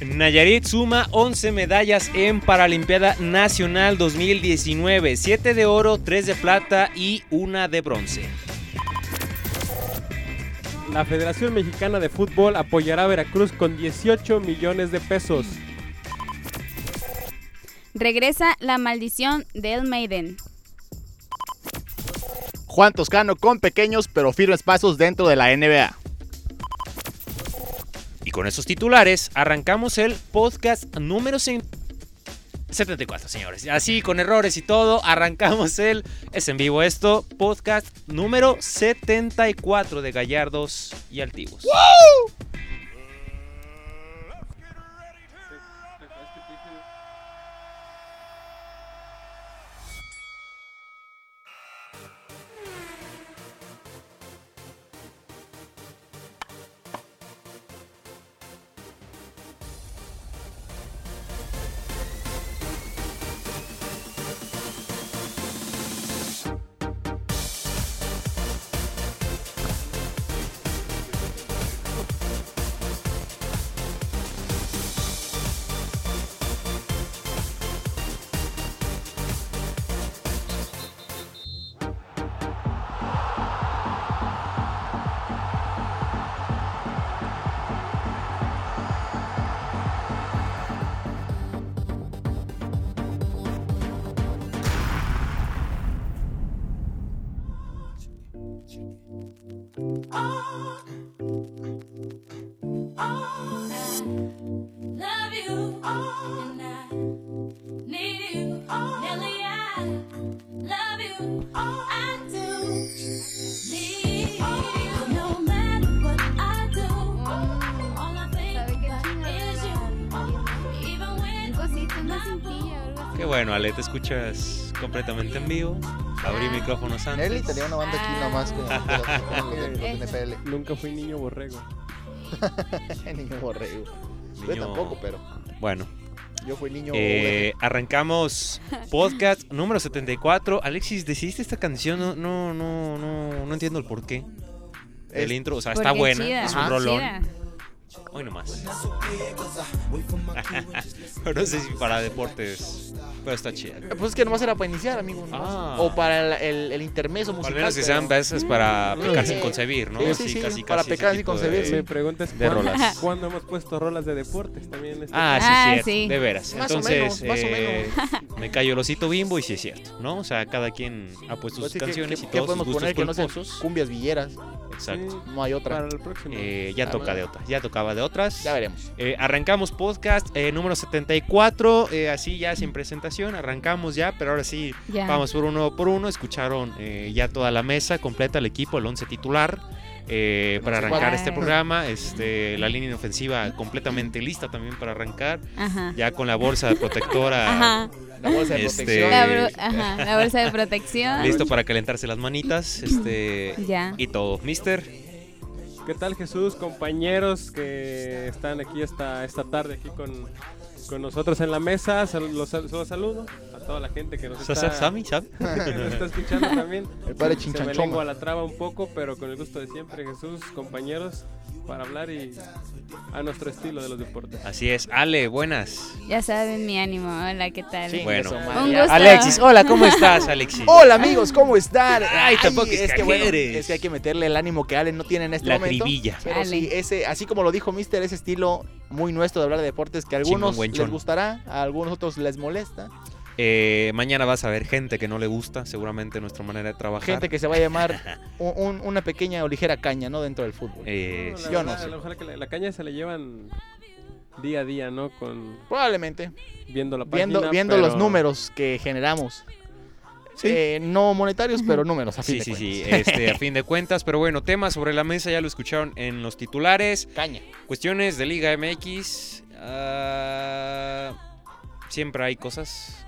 Nayarit suma 11 medallas en Paralimpiada Nacional 2019, 7 de oro, 3 de plata y 1 de bronce. La Federación Mexicana de Fútbol apoyará a Veracruz con 18 millones de pesos. Regresa la maldición del Maiden. Juan Toscano con pequeños pero firmes pasos dentro de la NBA. Y con esos titulares arrancamos el podcast número 74, señores. Así, con errores y todo, arrancamos el, es en vivo esto, podcast número 74 de Gallardos y Altivos. Love you, and I need you, Nelly. I love you, I do need you. No matter what I do, all I think Sabe que about is you. Even when Cositas, no sin ti, algo así. Qué bueno, Ale, te escuchas completamente en vivo. Ah. Abrí micrófonos antes. Nelly tenía una banda aquí nomás con, con los- con los de- los de NFL. Nunca fui niño borrego. niño borrego. Niño- Yo tampoco, pero Bueno, yo fui niño. eh, arrancamos podcast número 74. Alexis, ¿decidiste esta canción? No, no, no, no, no entiendo el porqué. El Es- intro, o sea, Porque está buena, chida, es Ah, un ajá. rolón. chida. Hoy nomás. Pero no sé si para deportes, pero está chida. Pues es que nomás era para iniciar, amigo. nomás. Ah. O para el, el, el intermeso O Al musical. menos que pero- sean veces para pecar sin Sí. concebir, ¿no? Sí, sí, Así, sí, para ese pecar sin tipo de- concebir, Me sí. preguntas De cuándo, rolas. cuándo hemos puesto rolas de deportes también. en este- Ah, sí, Ah, es cierto, sí. de veras. Más o Entonces, menos, más o eh, me callo el osito bimbo y sí es cierto, ¿no? O sea, cada quien ha puesto sus Pues sí, ¿qué- canciones qué- y qué todos sus podemos gustos poner que no sean culposos. Cumbias villeras. Sí, Exacto. No hay para otra. el próximo. Eh, ya Ah, toca bueno. de otra, ya tocaba de otras. Ya veremos. Eh, arrancamos podcast eh, número 74, eh, así ya sin presentación, arrancamos ya, pero ahora sí Ya. Vamos por uno por uno. Escucharon eh, ya toda la mesa, completa el equipo, el once titular. eh, para arrancar este Ay. programa, este, la línea inofensiva completamente lista también para arrancar, Ajá. ya con la bolsa protectora Ajá. La bolsa de Este- protección. La, bro- ajá, la bolsa de protección. listo para calentarse las manitas este, Ya. y todo. Mister, ¿Qué tal Jesús, compañeros que están aquí esta, esta tarde aquí con, con nosotros en la mesa? Sal- los, sal- los saludo a toda la gente que nos Sa- está, Sa- Sammy, Sam. que nos está escuchando también. El padre Se- Se me Chinchanchoma. lengua la traba un poco, pero con el gusto de siempre, Jesús, compañeros, para hablar y a nuestro estilo de los deportes. Así es. Ale, buenas. Ya saben mi ánimo. Hola, ¿qué tal? Sí, Bueno. eso, Un madre. gusto. Alexis, hola, ¿cómo estás, Alexis? Hola amigos, ¿cómo están? Ay, tampoco es que bueno, exageres. es que hay que meterle el ánimo que Allen no tiene en este La momento. trivilla. Pero Ale. sí, ese, así como lo dijo Mister, ese estilo muy nuestro de hablar de deportes que a algunos Chingüengüenchón. les gustará, a algunos otros les molesta. Eh, mañana vas a ver gente que no le gusta, seguramente nuestra manera de trabajar. Gente que se va a llamar un- un- una pequeña o ligera caña, ¿no? Dentro del fútbol. Eh, No, sí. la yo no verdad, sé. Ojalá que la, la caña se la llevan día a día, ¿no? Con Probablemente. viendo la página. Viendo, viendo pero- los números que generamos. Sí. Eh, no monetarios, pero números, a fin Sí, de sí, sí, cuentas. este, a fin de cuentas, pero bueno, temas sobre la mesa ya lo escucharon en los titulares. Caña. Ah, Cuestiones de Liga MX. ah, siempre hay cosas.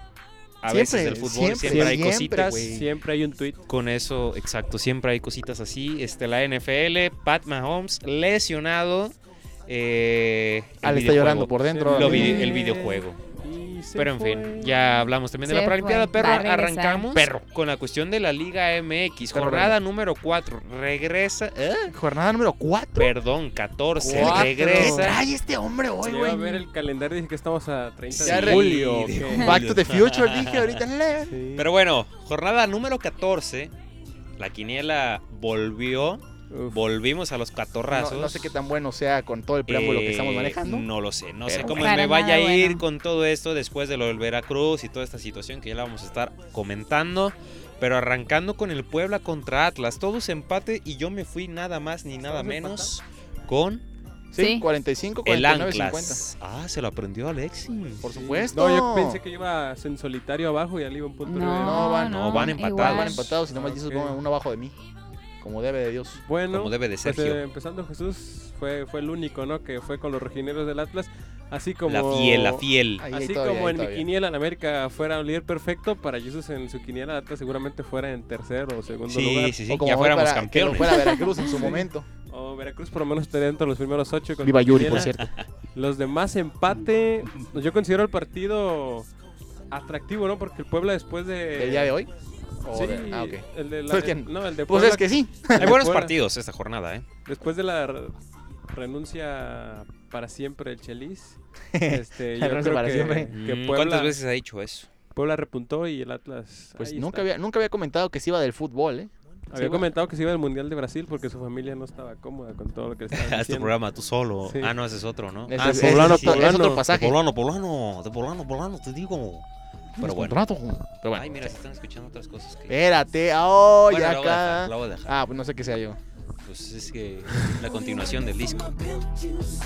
A veces del Siempre, fútbol siempre, siempre, hay siempre, cositas. güey. Siempre hay un tweet. Con eso, exacto, siempre hay cositas así. Este, la NFL, Pat Mahomes lesionado. eh, el Ale Ah, está llorando videojuego. por dentro. Lo amigo. vi- el videojuego. Y se Pero en fue. fin, ya hablamos también de Se la Paralimpiada, fue. perro. Va a regresar. Arrancamos con la cuestión de la Liga MX. Perro jornada número 4. Regresa. ¿eh? Jornada número 4. Perdón, 14. Cuatro. ¿Qué Regresa. trae este hombre hoy, Se lleva a ver güey? el calendario y dice que estamos a 30 Ya de re- julio. de ¿o qué? Back to the Future, dije ahorita. le- Sí. Pero bueno, jornada número 14. La quiniela volvió. Uf. Volvimos a los No, catorrazos. no sé qué tan bueno sea con todo el preámbulo que estamos Eh, manejando. No lo sé, no sé Pero cómo bueno. me Para vaya a nada ir bueno. con todo esto después de lo del Veracruz y toda esta situación que ya la vamos a estar comentando. Pero arrancando con el Puebla contra Atlas, todos empate y yo me fui nada más ni nada menos con Sí. 45, el 49, 50. Anclas. Ah, se lo aprendió Alexis. Por supuesto. No, yo pensé que iba en solitario abajo y al iba un punto. arriba. No, van- no, van empatados. igual. van empatados y nomás Ah, Jesús ok. va uno abajo de mí. Como debe de Dios. Bueno, Como debe de ser, pues, Gio. eh, empezando Jesús fue, fue el único, ¿no? Que fue con los regineros del Atlas. Así como. La fiel, la fiel. Ahí, ahí Así todavía, como ahí en mi todavía. quiniela en América fuera un líder perfecto, para Jesús en su quiniela el Atlas seguramente fuera en tercero o segundo lugar. Sí, sí, sí, O como ya voy fuéramos para- Que lo campeones. fuera Veracruz en su momento. O Veracruz por lo menos estaría dentro de los primeros ocho. con Viva mi Yuri, por quiniela. cierto. Los demás empate. Yo considero el partido atractivo, ¿no? Porque el Puebla después de. ¿El día de hoy? O Sí, de- ah, ok. el de la- Pues bien. no, el de Pues Puebla- es que sí. el de Hay buenos Puebla- partidos esta jornada, ¿eh? Después de la re- renuncia para siempre del Chelis, este, La yo renuncia creo para que, siempre. que Mm, Puebla, ¿Cuántas veces ha dicho eso? Puebla repuntó y el Atlas. Pues ahí nunca está. había, nunca había comentado que se iba del fútbol, ¿eh? había sí, comentado que se iba al Mundial de Brasil porque su familia no estaba cómoda con todo lo que le estaban Haz tu diciendo. este programa tú solo. Sí. Ah, no, ese es otro, ¿no? Es- Ah, es- sí, sí, poblano, sí, sí. Es poblano. otro De pasaje. Polano, Polano, de Polano, Polano, te digo. Pero bueno. Pero bueno. Ay, mira, se están escuchando otras cosas que... Espérate, oh, Bueno, ya la voy a dejar, la Eh, acá. voy a dejar. Ah, pues no sé qué sea yo. Pues es que la continuación del disco.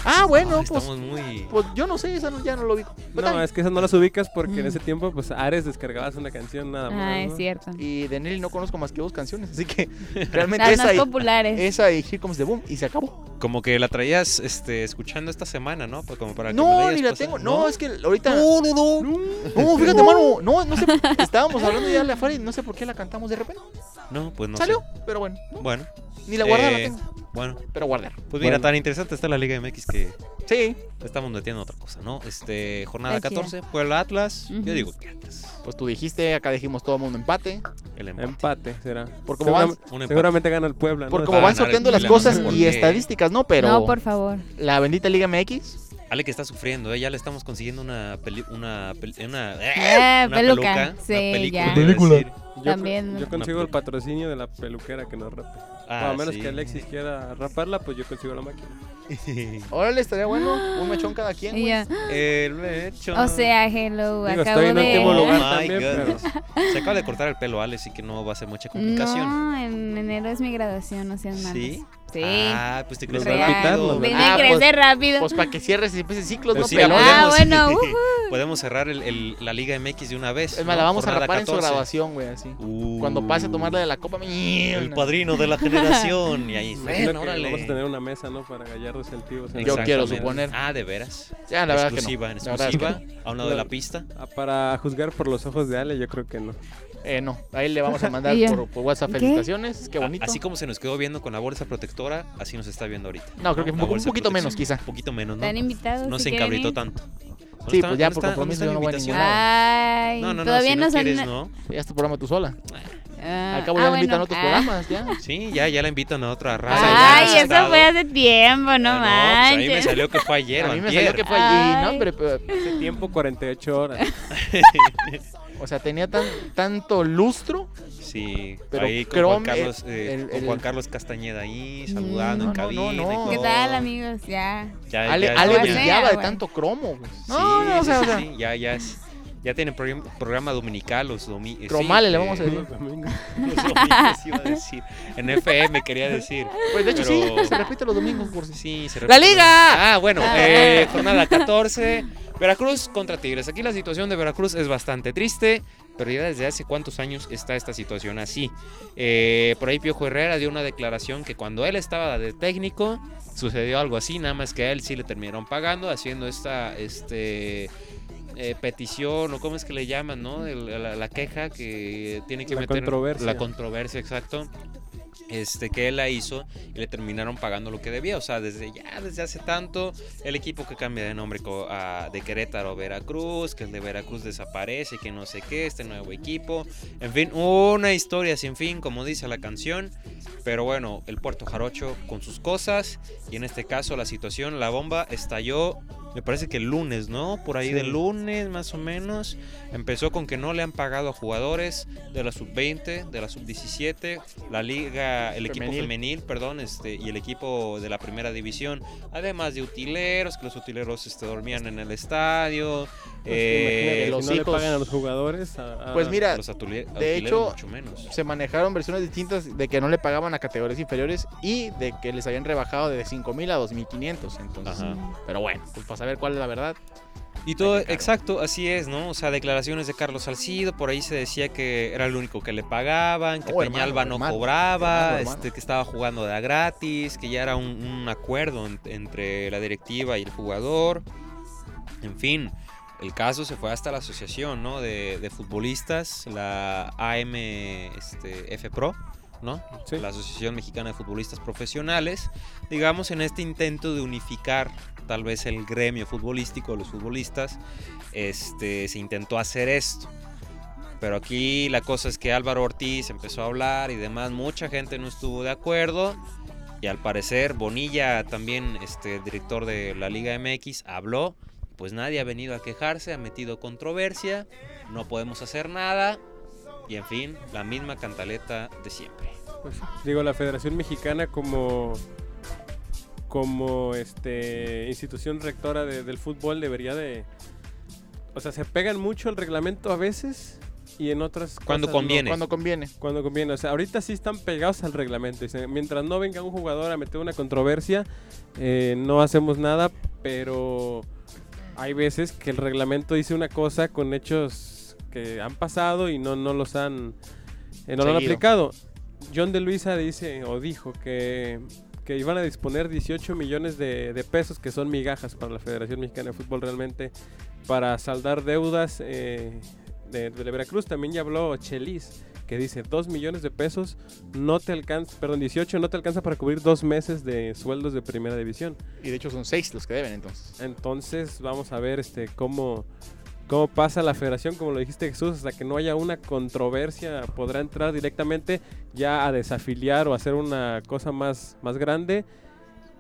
Ah, bueno, Ah, pues, estamos muy... pues yo no sé, esa no- ya no lo vi. No, es que esas no las ubicas porque en ese tiempo, pues Ares descargabas una canción nada más. Ah, es ¿no? cierto. Y de Nelly no conozco más que dos canciones, así que realmente Las esa más pues. y, populares. esa y Here Comes the Boom y se acabó. Como que la traías este, escuchando esta semana, ¿no? Pues como para que me la No, hayas ni la pasado. tengo. No, es que ahorita. No, no, no. No, fíjate, mano. No, no sé. Estábamos hablando ya de afuera y no sé por qué la cantamos de repente. No, pues no Salió, sé. pero bueno. no, Bueno, Ni la guardada Eh, la tengo, bueno. pero guardar. Pues mira, Bueno, tan interesante está la Liga MX que Sí, le estamos metiendo a otra cosa, ¿no? Este, jornada Está chida. 14, Puebla Atlas. Yo Ujú. digo que Atlas. pues tú dijiste, acá dijimos todo mundo empate. El empate. Empate será. Por cómo van- Seguramente- Un empate. Seguramente gana el Puebla. ¿no? Por O como sea, Para van ganar sorteando las tranquilamente, cosas y porque- estadísticas, ¿no? Pero No, por favor. la bendita Liga MX. Ale que está sufriendo, ¿eh? ya le estamos consiguiendo una peli- una peli- una, Eh, una peluca. peluca, Sí, una película, iba ya. a Película. decir. yo- también. Yo consigo el patrocinio de la peluquera que nos rape. Ah, a menos sí. que Alexis quiera raparla, pues yo consigo la máquina. Órale, estaría bueno. Un mechón cada quien. pues, Y güey. ya. El mechón. O sea, eh, hello, Digo, acabo estoy en de... último lugar Oh my también, pero goodness. Se acaba de cortar el pelo, Ale, así que no va a ser mucha complicación. No, en enero es mi graduación, no sean malos. ¿Sí? Sí. Ah, pues te Nos crees Pues van a quitar, rápido. nos van Ven Ah, a crecer rápido. Pues para que cierres y empieces ciclos, Pues no sí, pelón. podemos- ah, bueno, ujú. Podemos cerrar el- el- la Liga MX de una vez. Es más, ¿no? la vamos a Jornada rapar en su 14. grabación, güey, así. Uh, Cuando pase a tomar la de la copa. El mierda. padrino de la generación. Y ahí Imagino bueno, que órale. Vamos a tener una mesa, ¿no? Para gallardos el tío. o sea, Yo quiero Exactamente. suponer. Ah, de veras. Ya, la verdad es que no. exclusiva, en La verdad es que exclusiva. A un lado de la pista. ah, Para juzgar por los ojos de Ale, yo creo que no. Eh, no, ahí le vamos a mandar Y ya. por, por WhatsApp ¿Qué? felicitaciones. Qué A- bonito. Ah, Así como se nos quedó viendo con la bolsa protectora, así nos está viendo ahorita. No, creo que un, La poco- un bolsa de poquito menos, protección. quizá. Un poquito menos, ¿no? Están invitados. No si se quieren encabritó ir. tanto. ¿Dónde Sí, está- pues dónde ya por está- compromiso dónde está yo no voy a mi ningún invitación? Ay, No, no, no, todavía si no, no son. quieres, no. Ya es tu programa tú sola. Ah, Al cabo ah, ya le bueno, invitan a otros ah. programas, ya. Sí, ya, ya la invitan a otra raza. Ah, ya Ay, has eso estado. fue hace tiempo, no Ah, pues a mí me manches. salió que fue ayer. a o mí me antier. salió que fue allí. Ay. No, hombre, pero- Hace tiempo, 48 horas. o sea, tenía tan, tanto lustro. Sí, Pero ahí con creo Juan, me- Carlos, eh, el- con el- Juan Carlos Castañeda ahí, saludando Mm, No, en no, no, cabina. y no. todo. ¿Qué tal, amigos? Ya. Ya- ya Ale, es Ale doña- Pues brillaba de güey. tanto cromo. güey. Sí, No, no, o sí, sea, sí, o sea, sí, ya, ya es. Ya tiene program- programa dominical los domingos. Cromale, le vamos a decir. Los domingos. Los domingos iba a decir. En FM quería decir. Pues de hecho Pero- sí, se repite los domingos por si. Sí, se ¡La repite. Liga! Ah, bueno, Ah. eh, jornada 14. Veracruz contra Tigres. Aquí la situación de Veracruz es bastante triste, pero ya desde hace cuántos años está esta situación así. Eh, por ahí Piojo Herrera dio una declaración que cuando él estaba de técnico sucedió algo así, nada más que a él sí le terminaron pagando haciendo esta este eh, petición o cómo es que le llaman, ¿no? El- la, la queja que tiene que La meter controversia. la controversia, exacto. este, que él la hizo y le terminaron pagando lo que debía. O sea, desde ya, desde hace tanto, el equipo que cambia de nombre co- a- de Querétaro a Veracruz, que el de Veracruz desaparece, que no sé qué, este nuevo equipo. En fin, una historia sin fin, como dice la canción. Pero bueno, el Puerto Jarocho con sus cosas. Y en este caso, la situación, la bomba estalló, me parece que el lunes, ¿no? Por ahí Sí. del lunes, más o menos. Empezó con que no le han pagado a jugadores de la sub-20, de la sub-17, la liga, el equipo Femenil. femenil, perdón, este, y el equipo de la primera división. Además de utileros, que los utileros este, dormían en el estadio. eh, Pues, Imagínate, los si no le hijos- pagan a los jugadores. a- a- Pues mira, los atule- utileros, de hecho, mucho menos. se manejaron versiones distintas de que no le pagaban a categorías inferiores y de que les habían rebajado de 5.000 a 2.500. Entonces, Ajá. pero bueno, pues para saber cuál es la verdad. Y todo, Ay, qué caro. exacto, así es, ¿no? O sea, declaraciones de Carlos Salcido, por ahí se decía que era el único que le pagaban, que No, Oh, hermano, Peñalba no hermano, cobraba, hermano, hermano. este, que estaba jugando de a gratis, que ya era un, un acuerdo en- entre la directiva y el jugador. En fin, el caso se fue hasta la asociación, ¿no? De, de futbolistas, la AM este, F Pro, ¿no? Sí. la Asociación Mexicana de Futbolistas Profesionales, digamos en este intento de unificar tal vez el gremio futbolístico, los futbolistas, este, se intentó hacer esto. Pero aquí la cosa es que Álvaro Ortiz empezó a hablar y demás, mucha gente no estuvo de acuerdo. Y al parecer Bonilla, también este director de la Liga MX, habló. Pues nadie ha venido a quejarse, ha metido controversia, no podemos hacer nada. Y en fin, la misma cantaleta de siempre. Pues, digo, la Federación Mexicana como como este institución rectora de- del fútbol debería de o sea, se pegan mucho al reglamento a veces y en otras Cuando cosas no. conviene. Cuando conviene. cuando conviene, o sea, ahorita sí están pegados al reglamento, dicen, mientras no venga un jugador a meter una controversia, eh, no hacemos nada, pero hay veces que el reglamento dice una cosa con hechos que han pasado y no, no los han, eh, no lo han Seguido. aplicado. John de Luisa dice o dijo que, que iban a disponer 18 millones de, de pesos, que son migajas para la Federación Mexicana de Fútbol realmente, para saldar deudas eh, de, de Veracruz. También ya habló Chelis, que dice 2 millones de pesos no te alcanza, perdón, 18 no te alcanza para cubrir dos meses de sueldos de primera división. Y de hecho son seis los que deben entonces. Entonces vamos a ver este cómo, cómo pasa la federación, como lo dijiste Jesús, hasta que no haya una controversia podrá entrar directamente ya a desafiliar o hacer una cosa más, más grande.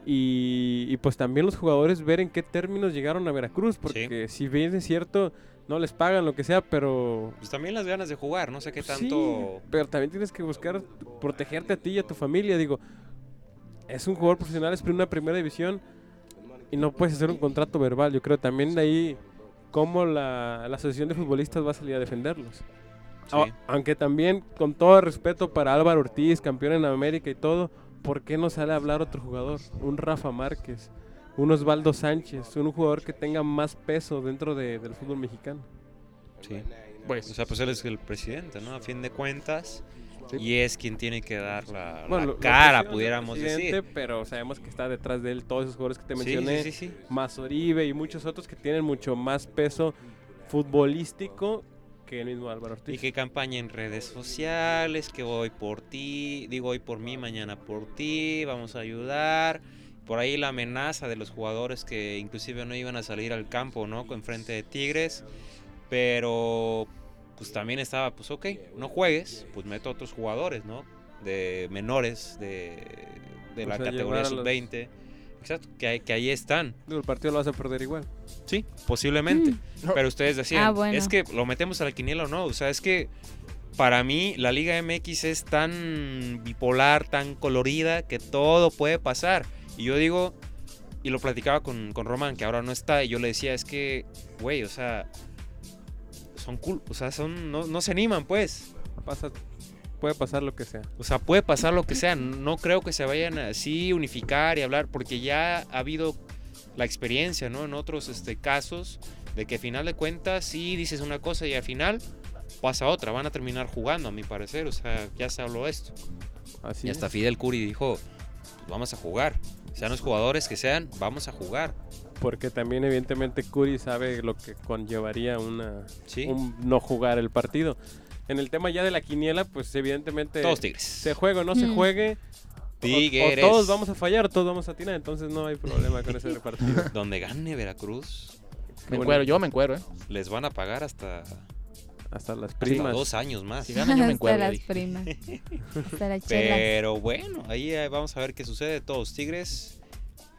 Y, y, pues también los jugadores ver en qué términos llegaron a Veracruz, porque si bien es cierto, no les pagan lo que sea, pero... Pues también las ganas de jugar, no sé qué Sí, tanto. pero también tienes que buscar protegerte a ti y a tu familia. Digo, es un jugador profesional, es una primera división y no puedes hacer un contrato verbal. Yo creo también de ahí cómo la, la asociación de futbolistas va a salir a defenderlos. Sí. A- aunque también, con todo respeto para Álvaro Ortiz, campeón en América y todo, ¿por qué no sale a hablar otro jugador? Un Rafa Márquez, un Osvaldo Sánchez, un jugador que tenga más peso dentro de- del fútbol mexicano. Sí. Pues, O sea, pues él es el presidente, ¿no? A fin de cuentas. Sí. Y es quien tiene que dar la, la Bueno, lo- lo cara, presionan al pudiéramos presidente, decir. Pero sabemos que está detrás de él todos esos jugadores que te Sí, mencioné, sí, sí, sí. más Oribe y muchos otros que tienen mucho más peso futbolístico que el mismo Álvaro Y Ortiz. que campaña en redes sociales, que hoy por ti, digo hoy por mí, mañana por ti, vamos a ayudar. Por ahí la amenaza de los jugadores que inclusive no iban a salir al campo, ¿no? Con frente de Tigres. Pero pues también estaba, pues ok, no juegues, pues meto a otros jugadores, ¿no? De menores, de, de la O sea, llevar categoría Pues, a los- sub-20. Exacto, que, ahí- que ahí están. Digo, El partido lo vas a perder igual. Sí, posiblemente. Mm. No. Pero ustedes decían, Ah, bueno. es que lo metemos a la quiniela o no. O sea, es que para mí la Liga MX es tan bipolar, tan colorida, que todo puede pasar. Y yo digo, y lo platicaba con, con Román, que ahora no está, y yo le decía, es que, güey, o sea, son cool, o sea, son, no, no se animan, pues. Pasa, puede pasar lo que sea. O sea, puede pasar lo que sea. No creo que se vayan así unificar y hablar, porque ya ha habido la experiencia, ¿no? En otros este, casos, de que al final de cuentas sí dices una cosa y al final pasa otra. Van a terminar jugando, a mi parecer. O sea, ya se habló esto. Así Y es. hasta Fidel Curi dijo, vamos a jugar. Sean los jugadores que sean, vamos a jugar. Porque también evidentemente Curi sabe lo que conllevaría una Sí. un no jugar el partido. en el tema ya de la quiniela, pues evidentemente Todos tigres. se juegue o no se Mm. juegue. o- Tigres. O, todos vamos a fallar, o todos vamos a tirar, entonces no hay problema con ese partido. Donde gane Veracruz, Me Bueno. encuero, yo me encuero, ¿eh? les van a pagar hasta, hasta Hasta las dos primas. años más. Si ganan, yo me Hasta encuero. las dije. primas. Hasta las chelas. Pero bueno, ahí eh, vamos a ver qué sucede. Todos Tigres,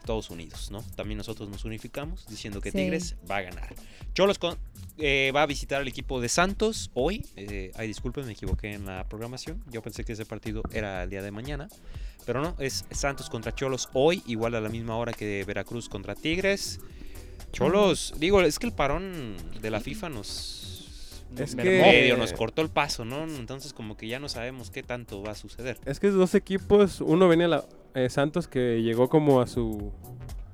todos unidos, ¿no? También nosotros nos unificamos diciendo que Sí. Tigres va a ganar. Cholos con- eh, va a visitar al equipo de Santos hoy. Eh, ay, disculpen, me equivoqué en la programación. Yo pensé que ese partido era el día de mañana. Pero no, es Santos contra Cholos hoy, igual a la misma hora que Veracruz contra Tigres. Cholos, digo, es que el parón de la FIFA nos... Es nos Eh, que- medio nos cortó el paso, ¿no? Entonces como que ya no sabemos qué tanto va a suceder. Es que es dos equipos, uno venía la, eh, Santos que llegó como a su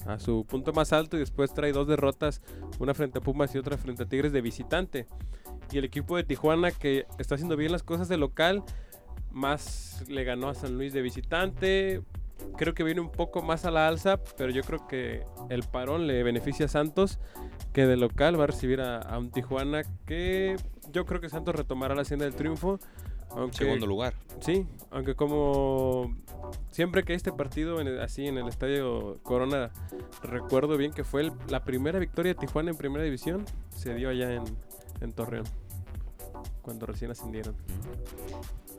a su punto más alto y después trae dos derrotas, una frente a Pumas y otra frente a Tigres de visitante. Y el equipo de Tijuana que está haciendo bien las cosas de local, más le ganó a San Luis de visitante. Creo que viene un poco más a la alza, pero yo creo que el parón le beneficia a Santos, que de local va a recibir a, a un Tijuana que yo creo que Santos retomará la hacienda del triunfo. Aunque Segundo lugar. Sí, aunque como siempre que este partido en el- así en el estadio Corona, recuerdo bien que fue el- la primera victoria de Tijuana en primera división, se dio allá en, en Torreón, cuando recién ascendieron.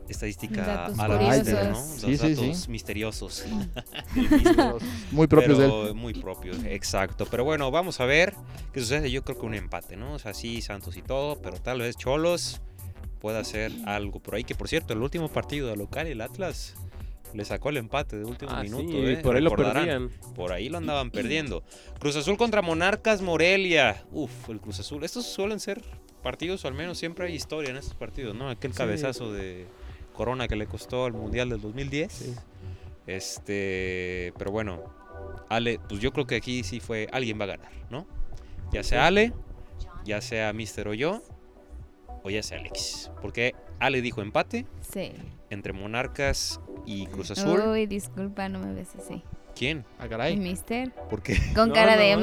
estadística Datos a la vista, ¿no? Los curiosos. Sí, sí, sí. datos misteriosos, Muy propios de él. pero muy propios, exacto. Pero bueno, vamos a ver qué sucede. Yo creo que un empate, ¿no? O sea, sí, Santos y todo, pero tal vez Cholos pueda hacer algo por ahí. Que por cierto, el último partido de local, el Atlas le sacó el empate de último Ah, minuto. sí, ¿eh? por ahí lo Recordarán. perdían. Por ahí lo andaban perdiendo. Cruz Azul contra Monarcas Morelia. Uf, el Cruz Azul. Estos suelen ser partidos, o al menos siempre hay historia en estos partidos, ¿no? Aquel Sí. cabezazo de Corona que le costó al Mundial del 2010. Sí. Este, pero bueno, Ale, pues yo creo que aquí sí fue alguien va a ganar, ¿no? Ya sea Ale, ya sea Mister o yo, o ya sea Alex. Porque Ale dijo empate Sí. entre Monarcas y Cruz Azul. Uy, disculpa, no me ves así. ¿Quién? Ah, ¿Y caray. mister? ¿Por qué? Con No, cara de. no,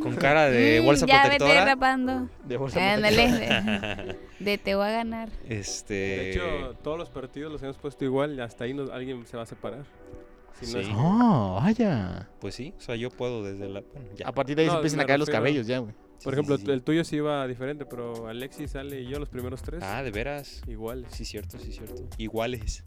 Con cara de mm, bolsa ya Ya protectora. vete rapando. De bolsa Ándale. De, de te voy a ganar. Este. De hecho, todos los partidos los hemos puesto igual y hasta ahí nos- alguien se va a separar. Si no Sí. es- Oh, vaya. Pues sí, o sea, yo puedo desde la. Bueno, ya. A partir de ahí No, se empiezan me a caer los refiero- cabellos ya, güey. ah, Por Sí, ejemplo, sí, sí. el tuyo sí iba diferente, pero Alexis, Ale y yo los primeros tres Ah, de veras. iguales. Sí, cierto, sí, cierto. Iguales.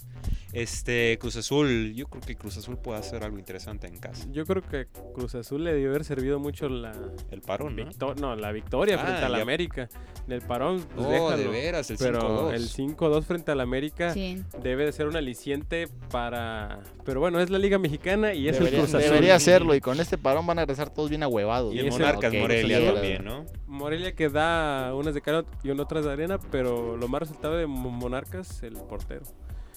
Este, Cruz Azul. Yo creo que Cruz Azul puede hacer algo interesante en casa. Yo creo que Cruz Azul le debió haber servido mucho la, El parón, ¿no? Victo- no, la victoria Ah, frente a la ya. América. En el parón, pues oh, déjalo. de veras, el pero 5-2. el 5-2 frente a la Ah. América Sí. debe de ser un aliciente para... Pero bueno, es la Liga Mexicana y es Debería, el Cruz Azul. debería hacerlo y con este parón van a regresar todos bien ahuevados. Y Y el ese- Monarcas ok, Morelia sí, también, ¿no? Morelia que da unas de cara y otras de arena, pero lo más resultado de Mo- Monarcas, el portero.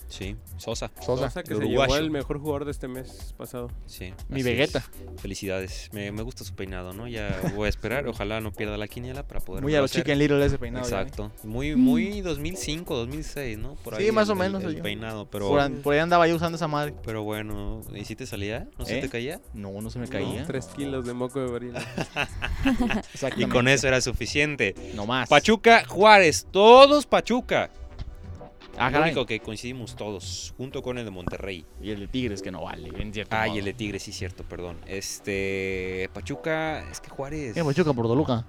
Sí, Sosa. Sosa. Cosa que el se llevó uruguayo. el mejor jugador de este mes pasado. Sí. Mi así Vegeta. es. Felicidades. Me, me gusta su peinado, ¿no? Ya voy a esperar. Ojalá no pierda la quiniela para poder. Muy a los Chicken Little ese peinado. ya, ¿eh? güey. Exacto. Muy, muy 2005, 2006, ¿no? Por Mm. Sí, ahí más el- o menos, El, el yo. peinado, pero. Por, an- por ahí andaba yo usando esa madre. Pero bueno, ¿y si te salía? ¿No se ¿Eh? te caía? No, no se me ¿eh? caía. No, Tres kilos de moco de varila. Y Exactamente. con eso era suficiente. No más. Pachuca, Juárez, todos Pachuca. Ah, Lo caray. único que coincidimos todos, junto con el de Monterrey. Y el de Tigres que no vale. En cierto Ah, y modo. el de Tigres, sí, cierto, perdón. Este, Pachuca, es que Juárez. Eh, Pachuca por Toluca.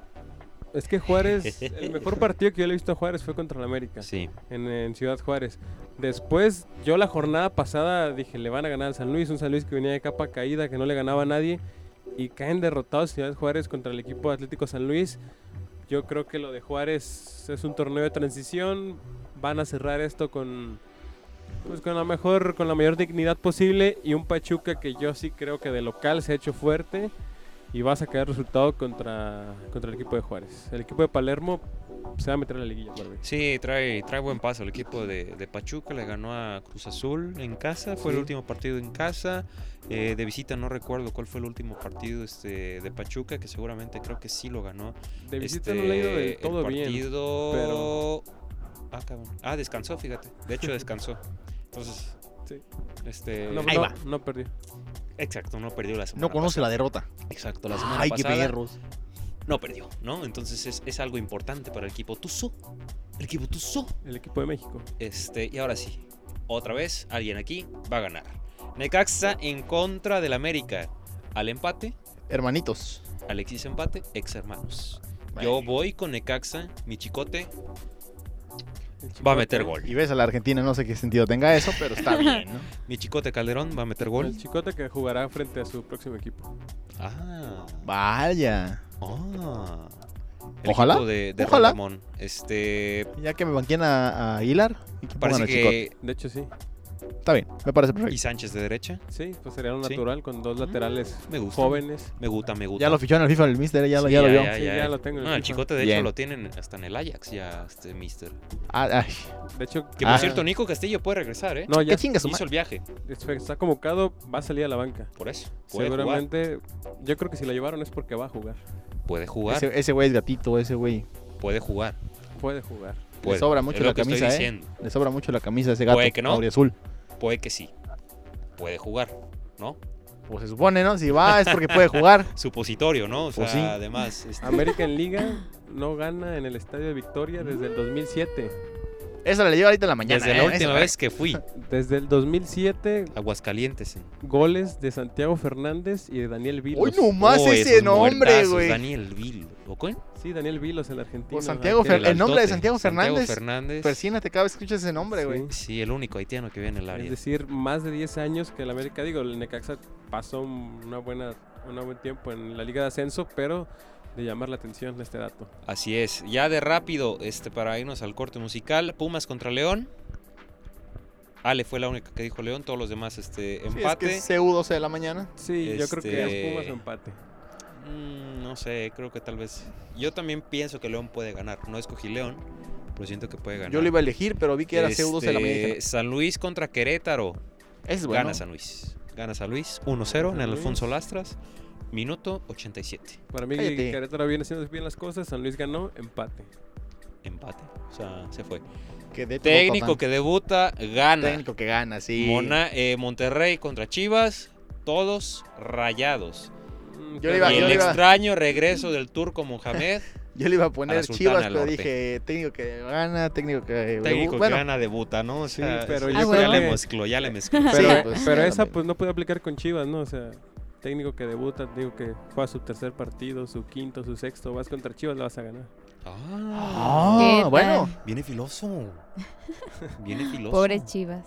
es que Juárez, el mejor partido que yo le he visto a Juárez fue contra la América. Sí, en, en Ciudad Juárez. Después, yo la jornada pasada dije, le van a ganar al San Luis, un San Luis que venía de capa caída, que no le ganaba a nadie, y caen derrotados Ciudad Juárez contra el equipo Atlético San Luis. Yo creo que lo de Juárez es un torneo de transición, van a cerrar esto con pues con la mejor con la mayor dignidad posible y un Pachuca que yo sí creo que de local se ha hecho fuerte y va a sacar resultado contra contra el equipo de Juárez. El equipo de Palermo se va a meter en la liguilla, por mí. sí, trae, trae buen paso el equipo de, de Pachuca. Le ganó a Cruz Azul en casa, fue el Sí. último partido en casa. Eh, de visita no recuerdo cuál fue el último partido este, de Pachuca, que seguramente creo que sí lo ganó. De visita no le ha ido Este, del todo el bien. partido... pero- Ah, cabrón. Ah, descansó, fíjate. De hecho, descansó. Entonces, Sí. este... No, Ahí no, va. no perdió. Exacto, no perdió la semana. No conoce la derrota. pasada. Exacto, la semana Ay, qué pasada perros. no perdió, ¿no? Entonces es, es algo importante para el equipo Tuzo El equipo Tuzo. El equipo de México. Este, y ahora sí, otra vez alguien aquí va a ganar. Necaxa en contra del América. Al empate, Hermanitos. Alexis empate, ex hermanos. Yo voy con Necaxa, mi chicote va a meter gol. Y ves a la Argentina, no sé qué sentido tenga eso, pero está bien, ¿no? Mi chicote Calderón va a meter gol. El chicote que jugará frente a su próximo equipo. Ah, Vaya. ah. El Ojalá, equipo De, de ojalá. Ramón. Este, Ya que me banquien a, a Aguilar, y que pongan parece al Chicote. que De hecho, sí. Está bien, me parece y perfecto. Sánchez de derecha. Sí, pues sería lo Sí. Mm, natural con dos laterales me gusta. jóvenes. Me gusta, me gusta. Ya lo fichó en el FIFA el Mister, ya, lo- Sí, ya lo vio. Sí, ya lo tengo en el No, el FIFA. chicote de hecho Bien. lo tienen hasta en el Ajax ya, este Mister. Ah, ay, De hecho, Que por Ah. cierto, Nico Castillo puede regresar, ¿eh? no, ya ¿Qué chingas, Hizo el viaje, está convocado, va a salir a la banca. por eso. Puede jugar. Seguramente, yo creo que si la llevaron es porque va a jugar. Puede jugar. Ese ese güey es gatito, ese güey. Puede jugar. Puede jugar. Puede. sobra mucho Es lo la que estoy camisa, ¿eh? diciendo. Le sobra mucho la camisa a ese gato. Puede que no. azul. Puede que sí. Puede jugar, ¿no? Pues se supone, ¿no? Si va es porque puede jugar. Supositorio, ¿no? O sea, Pues sí. además. este, América en Liga no gana en el Estadio de Victoria desde el 2007. Esa la leyó ahorita en la mañana. desde ¿eh? la última Esa- vez que fui, Desde el 2007, Aguascalientes. ¿eh? goles de Santiago Fernández y de Daniel Vilos. Uy, nomás Oh, ese esos nombre, muertazos, güey. Daniel Vil. ¿O cuál? Sí, Daniel Vilos, el argentino. Por Pues Santiago arquero. Fer- el nombre de altote, Santiago Fernández, Fernández. Persínate cada vez que escuchas ese nombre, Sí. güey. Sí, el único haitiano que viene en el Es área. decir, más de 10 años que el América, digo, el Necaxa pasó una buena, un buen tiempo en la Liga de Ascenso, pero de llamar la atención este dato. Así es. Ya de rápido, este, para irnos al corte musical, Pumas contra León. Ale fue la única que dijo León, todos los demás este Sí, es empate. que es CU 12 de la mañana. Sí, yo creo que Este- es Pumas o empate. Mm, no sé, creo que tal vez. Yo también pienso que León puede ganar. No escogí León, pero siento que puede ganar. Yo lo iba a elegir, pero vi que era CU 12 de la Este, mañana. y dije, San Luis contra Querétaro. "No, Ese es bueno. Gana San Luis. Gana San Luis 1-0 en San el Alfonso Luis. Lastras. Minuto 87. Para mí, Cállate. Querétaro viene haciendo bien las cosas, San Luis ganó, empate. Empate. O sea, se fue. Que de todo, Técnico papá. que debuta, gana. Técnico que gana, sí. Mona- eh, Monterrey contra Chivas. Todos rayados. Mm, Yo le qué iba- y yo el le raro. iba- extraño regreso del turco Mohamed. Yo le iba a a poner la Sultana Chivas, del pero Norte. dije, técnico que gana, técnico que... técnico bueno, que gana, debuta, ¿no? O sea, pero es- yo ya creo le que- mezcló, ya le mezcló. Pero, Sí, pues, pero ya, esa hombre. pues no puede aplicar con Chivas, ¿no? O sea, técnico que debuta, digo que juega su tercer partido, su quinto, su sexto, vas contra Chivas, la vas a ganar. Ah, Ah, ¿Qué bueno. tal? viene filoso. Viene filoso. Pobres chivas.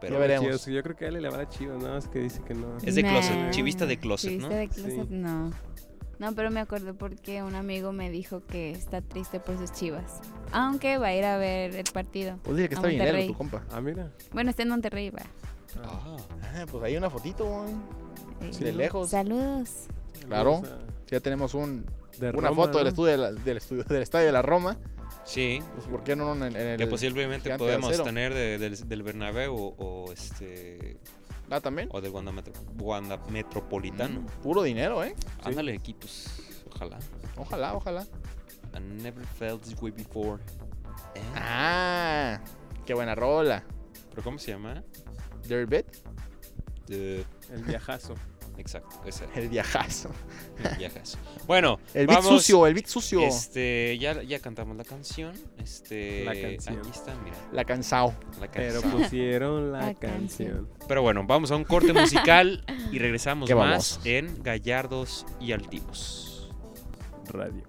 Pero Ya veremos. Chivas, yo creo que él le va a Chivas, nada más que dice que no. Es de closet, Nah. chivista de closet, ¿no? Chivista de closet, Sí. no. No, pero me acuerdo porque un amigo me dijo que está triste por sus chivas. Aunque va a ir a ver el partido. Pues dije que A está bien lero Monterrey. tu compa. Ah, mira. Bueno, está en Monterrey, va. Ah, Ah, pues hay una fotito, güey. Eh, De lejos. Saludos. Claro. O sea, Ya tenemos un, de una Roma, foto del, ¿no? estudio de la- del estudio del estadio de la Roma. sí. Pues, ¿por qué no en, en el... Que pues, posiblemente gigante de podemos acero. tener de- del, del Bernabéu o, o este Ah, también. o del Wanda, Metro- Wanda Metropolitano. Mm, Puro dinero, ¿eh? Ándale equipos, ojalá. Ojalá, ojalá. I never felt this way before. Eh, Ah, qué buena rola. ¿Pero cómo se llama? Dirty Bit, Eh, El viajazo. exacto, ese el viajazo. viajas. Bueno, El beat vamos, sucio, el beat sucio. Este, ya, ya cantamos la canción. Este, La canción. Aquí está, mira, La cansao. la canción. Pero pues, pusieron la La canción. canción. Pero bueno, vamos a un corte musical y regresamos Qué más babosos. en Gallardos y Altivos. Radio.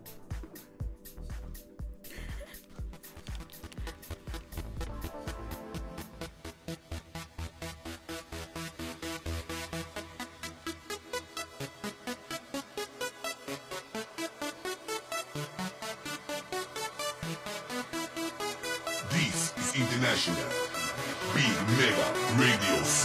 This is International. Big Mega Radio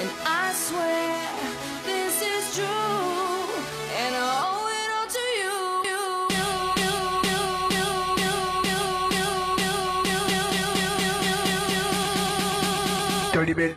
And I swear this is true, and I owe it all to you. Dirty bit.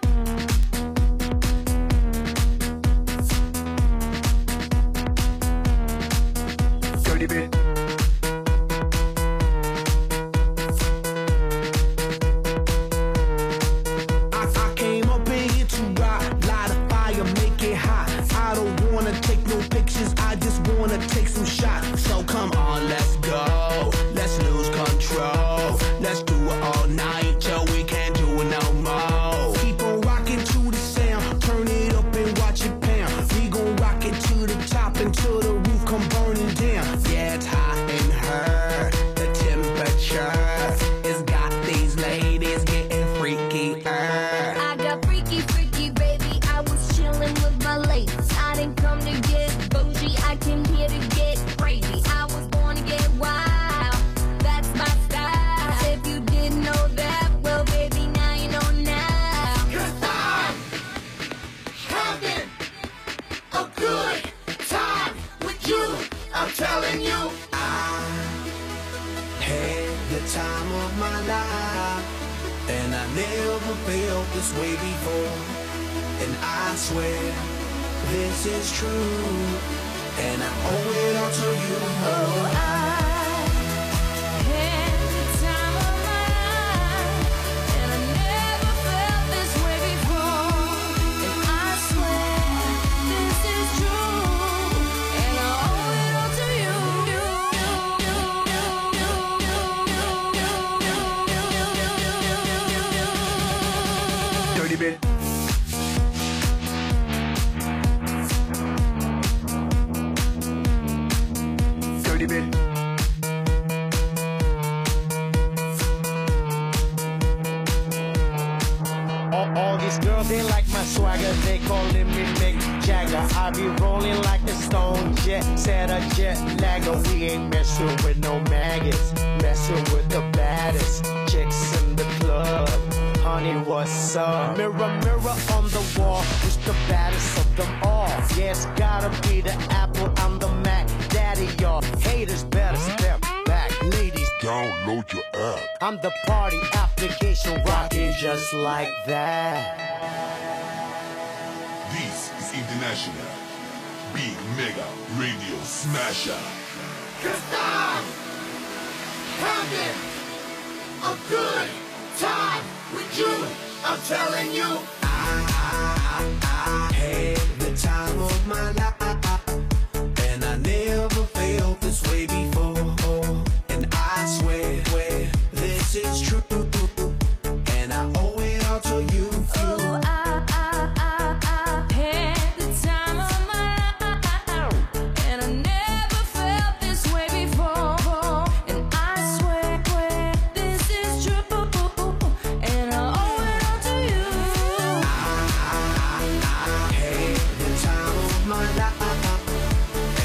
Er. time of my life, and I never felt this way before. And I swear this is true, and I owe it all to you. Oh, I had the time of my life, and I never felt this way before. And I swear this is true, and I owe it all to you. Dirty bit. Dirty bit. All, all these girls, they like my swagger. They calling me Mick Jagger. I be rolling like a stone jet, set a jet lagger. We ain't messing with no maggots, messing with the baddest chicks in the club. Honey, what's up? Mirror, mirror on the wall, who's the baddest of them all? Yeah, it's gotta be the Apple. I'm the Mac, Daddy, y'all. Haters better step back, ladies. Download your app. I'm the party application rocking just like that. This is International Big Mega Radio Smasher. had the time of my life, and I never felt this way before. And I swear, swear, this is true, and I owe it all to you. you. Oh, I, I, I, I had the time of my life, and I never felt this way before. And I swear, swear this is true, and I owe it all to you. Had the time of my life,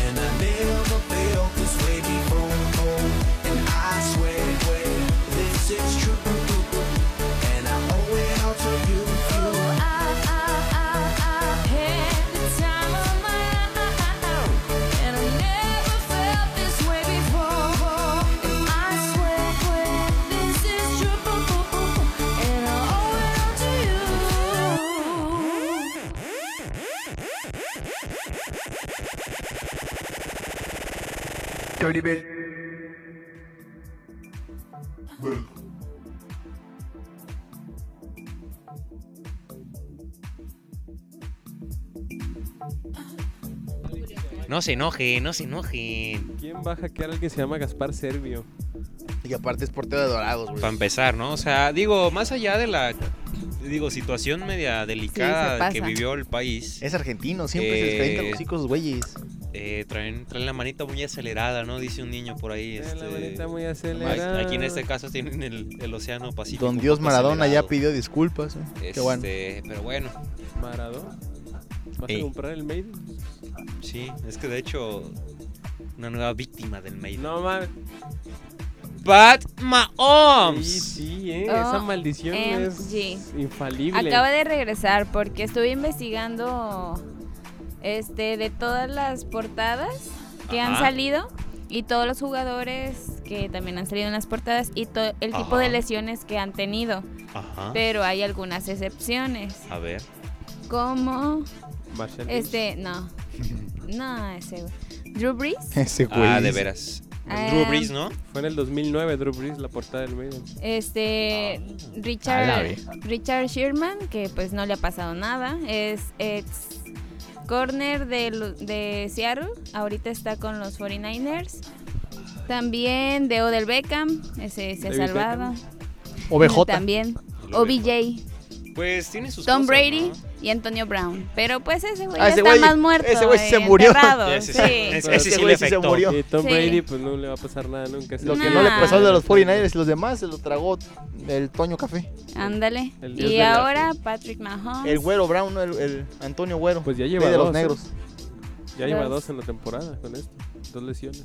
and I never felt this way before. And I swear, swear, this is true, and I owe it all to you. you. I, I, I, I had the time of my life, and I never felt this way before. And I swear, swear this is true, and I owe it all to you. Dirty bit. Welcome. No se enojen, no se enojen. ¿Quién va a hackear a alguien que se llama Gaspar Servio? Y aparte es portero de dorados, Para güey. empezar, ¿no? O sea, digo, más allá de la digo situación media delicada que pasa. vivió el país, Es argentino, siempre se les calienta Eh, los chicos, güeyes. eh, traen, traen la manita muy acelerada, ¿no? Dice un niño por ahí. Tiene la este, manita muy acelerada. Aquí en este caso tienen el, el Océano Pacífico. Don un Dios poco Maradona ya acelerado. pidió disculpas. eh. Qué bueno. Este, Pero bueno, Maradona. ¿Vas Ey. a comprar el Maiden? sí, es que de hecho, una nueva víctima del Maiden. No mames. Pat Sí, Mahomes. sí, eh. Esa maldición es OMG. infalible. Acaba de regresar porque estuve investigando este de todas las portadas que han Ajá. salido y todos los jugadores que también han salido en las portadas y todo el tipo Ajá. Ah. de lesiones que han tenido, Ajá. pero hay algunas excepciones, A ver. como Marshall este, no. No, ese güey. Drew Brees. Ese güey. Ah, de veras. Ah, Drew Brees, ¿no? Brees. Fue en el 2009 Drew Brees la portada del Maiden. Este A la Richard vez. Richard Sherman, que pues no le ha pasado nada, es ex corner de, Lu- de Seattle, ahorita está con los 49ers. También de Odell Beckham, ese se ha David salvado. OBJ. También Lo OBJ, Pues tiene sus Tom cosas, Brady ¿no? y Antonio Brown. Pero pues ese güey ya Ah, ese está güey- más muerto. ese güey sí se eh, murió. enterrado, Ese sí, sí. ese- ese Ese sí le güey sí se afectó. murió. Y Tom Sí. Brady, pues no le va a pasar nada nunca. Lo que no le Nah. pasó al de los 49ers y los demás se lo tragó el Toño Café. Ándale. El dios Y de la ahora Patrick Mahomes. El güero Brown, ¿no? el, el Antonio Güero. Pues ya Rey lleva de los dos, ¿eh? negros. Ya lleva Los- dos en la temporada con esto. Dos lesiones.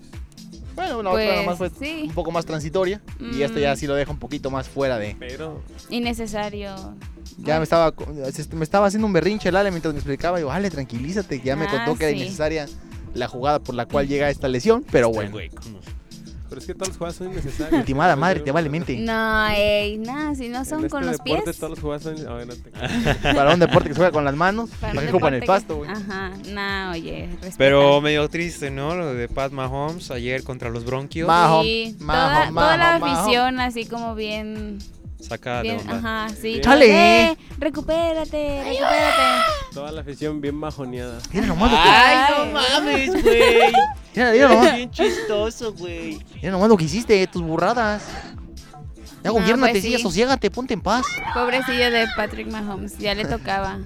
Bueno, la Pues, otra nada más fue sí. Mm. un poco más transitoria. Y este ya sí lo deja un poquito más fuera de. Pero Innecesario. Ya me estaba, co- se est- me estaba haciendo un berrinche el Ale mientras me explicaba. Digo, Ale, tranquilízate. Ya me Ah, contó que era sí. innecesaria la jugada por la cual llega esta lesión. Pero Este bueno, güey, ¿cómo? Pero es que todos los jugadas son innecesarias. Ultimada madre, te vale mente. No, ey, nada, si no son en con este los deporte, pies. todos los jugadas son. Ah, no te- Para un deporte que se juega con las manos, para ¿para un qué ocupan el deporte que- pasto, güey? Ajá, nah, oye, respeta. Pero medio triste, ¿no? Lo de Pat Mahomes ayer contra los Bronquios. Sí, toda, toda la afición así como bien, Saca de bien, onda. ajá, sí. Ah, Bien. como, ¡Chale! "Eh, recupérate, recupérate. Toda la afición bien majoneada. Ah. Mira nomás lo que- Ay, no mames, güey. Mira, mira nomás. Bien chistoso, güey. Mira nomás lo que hiciste, tus burradas. Ya No, gobiernate, pues sí, ya sí. sosiégate, ponte en paz. Pobrecillo de Patrick Mahomes, ya le tocaba.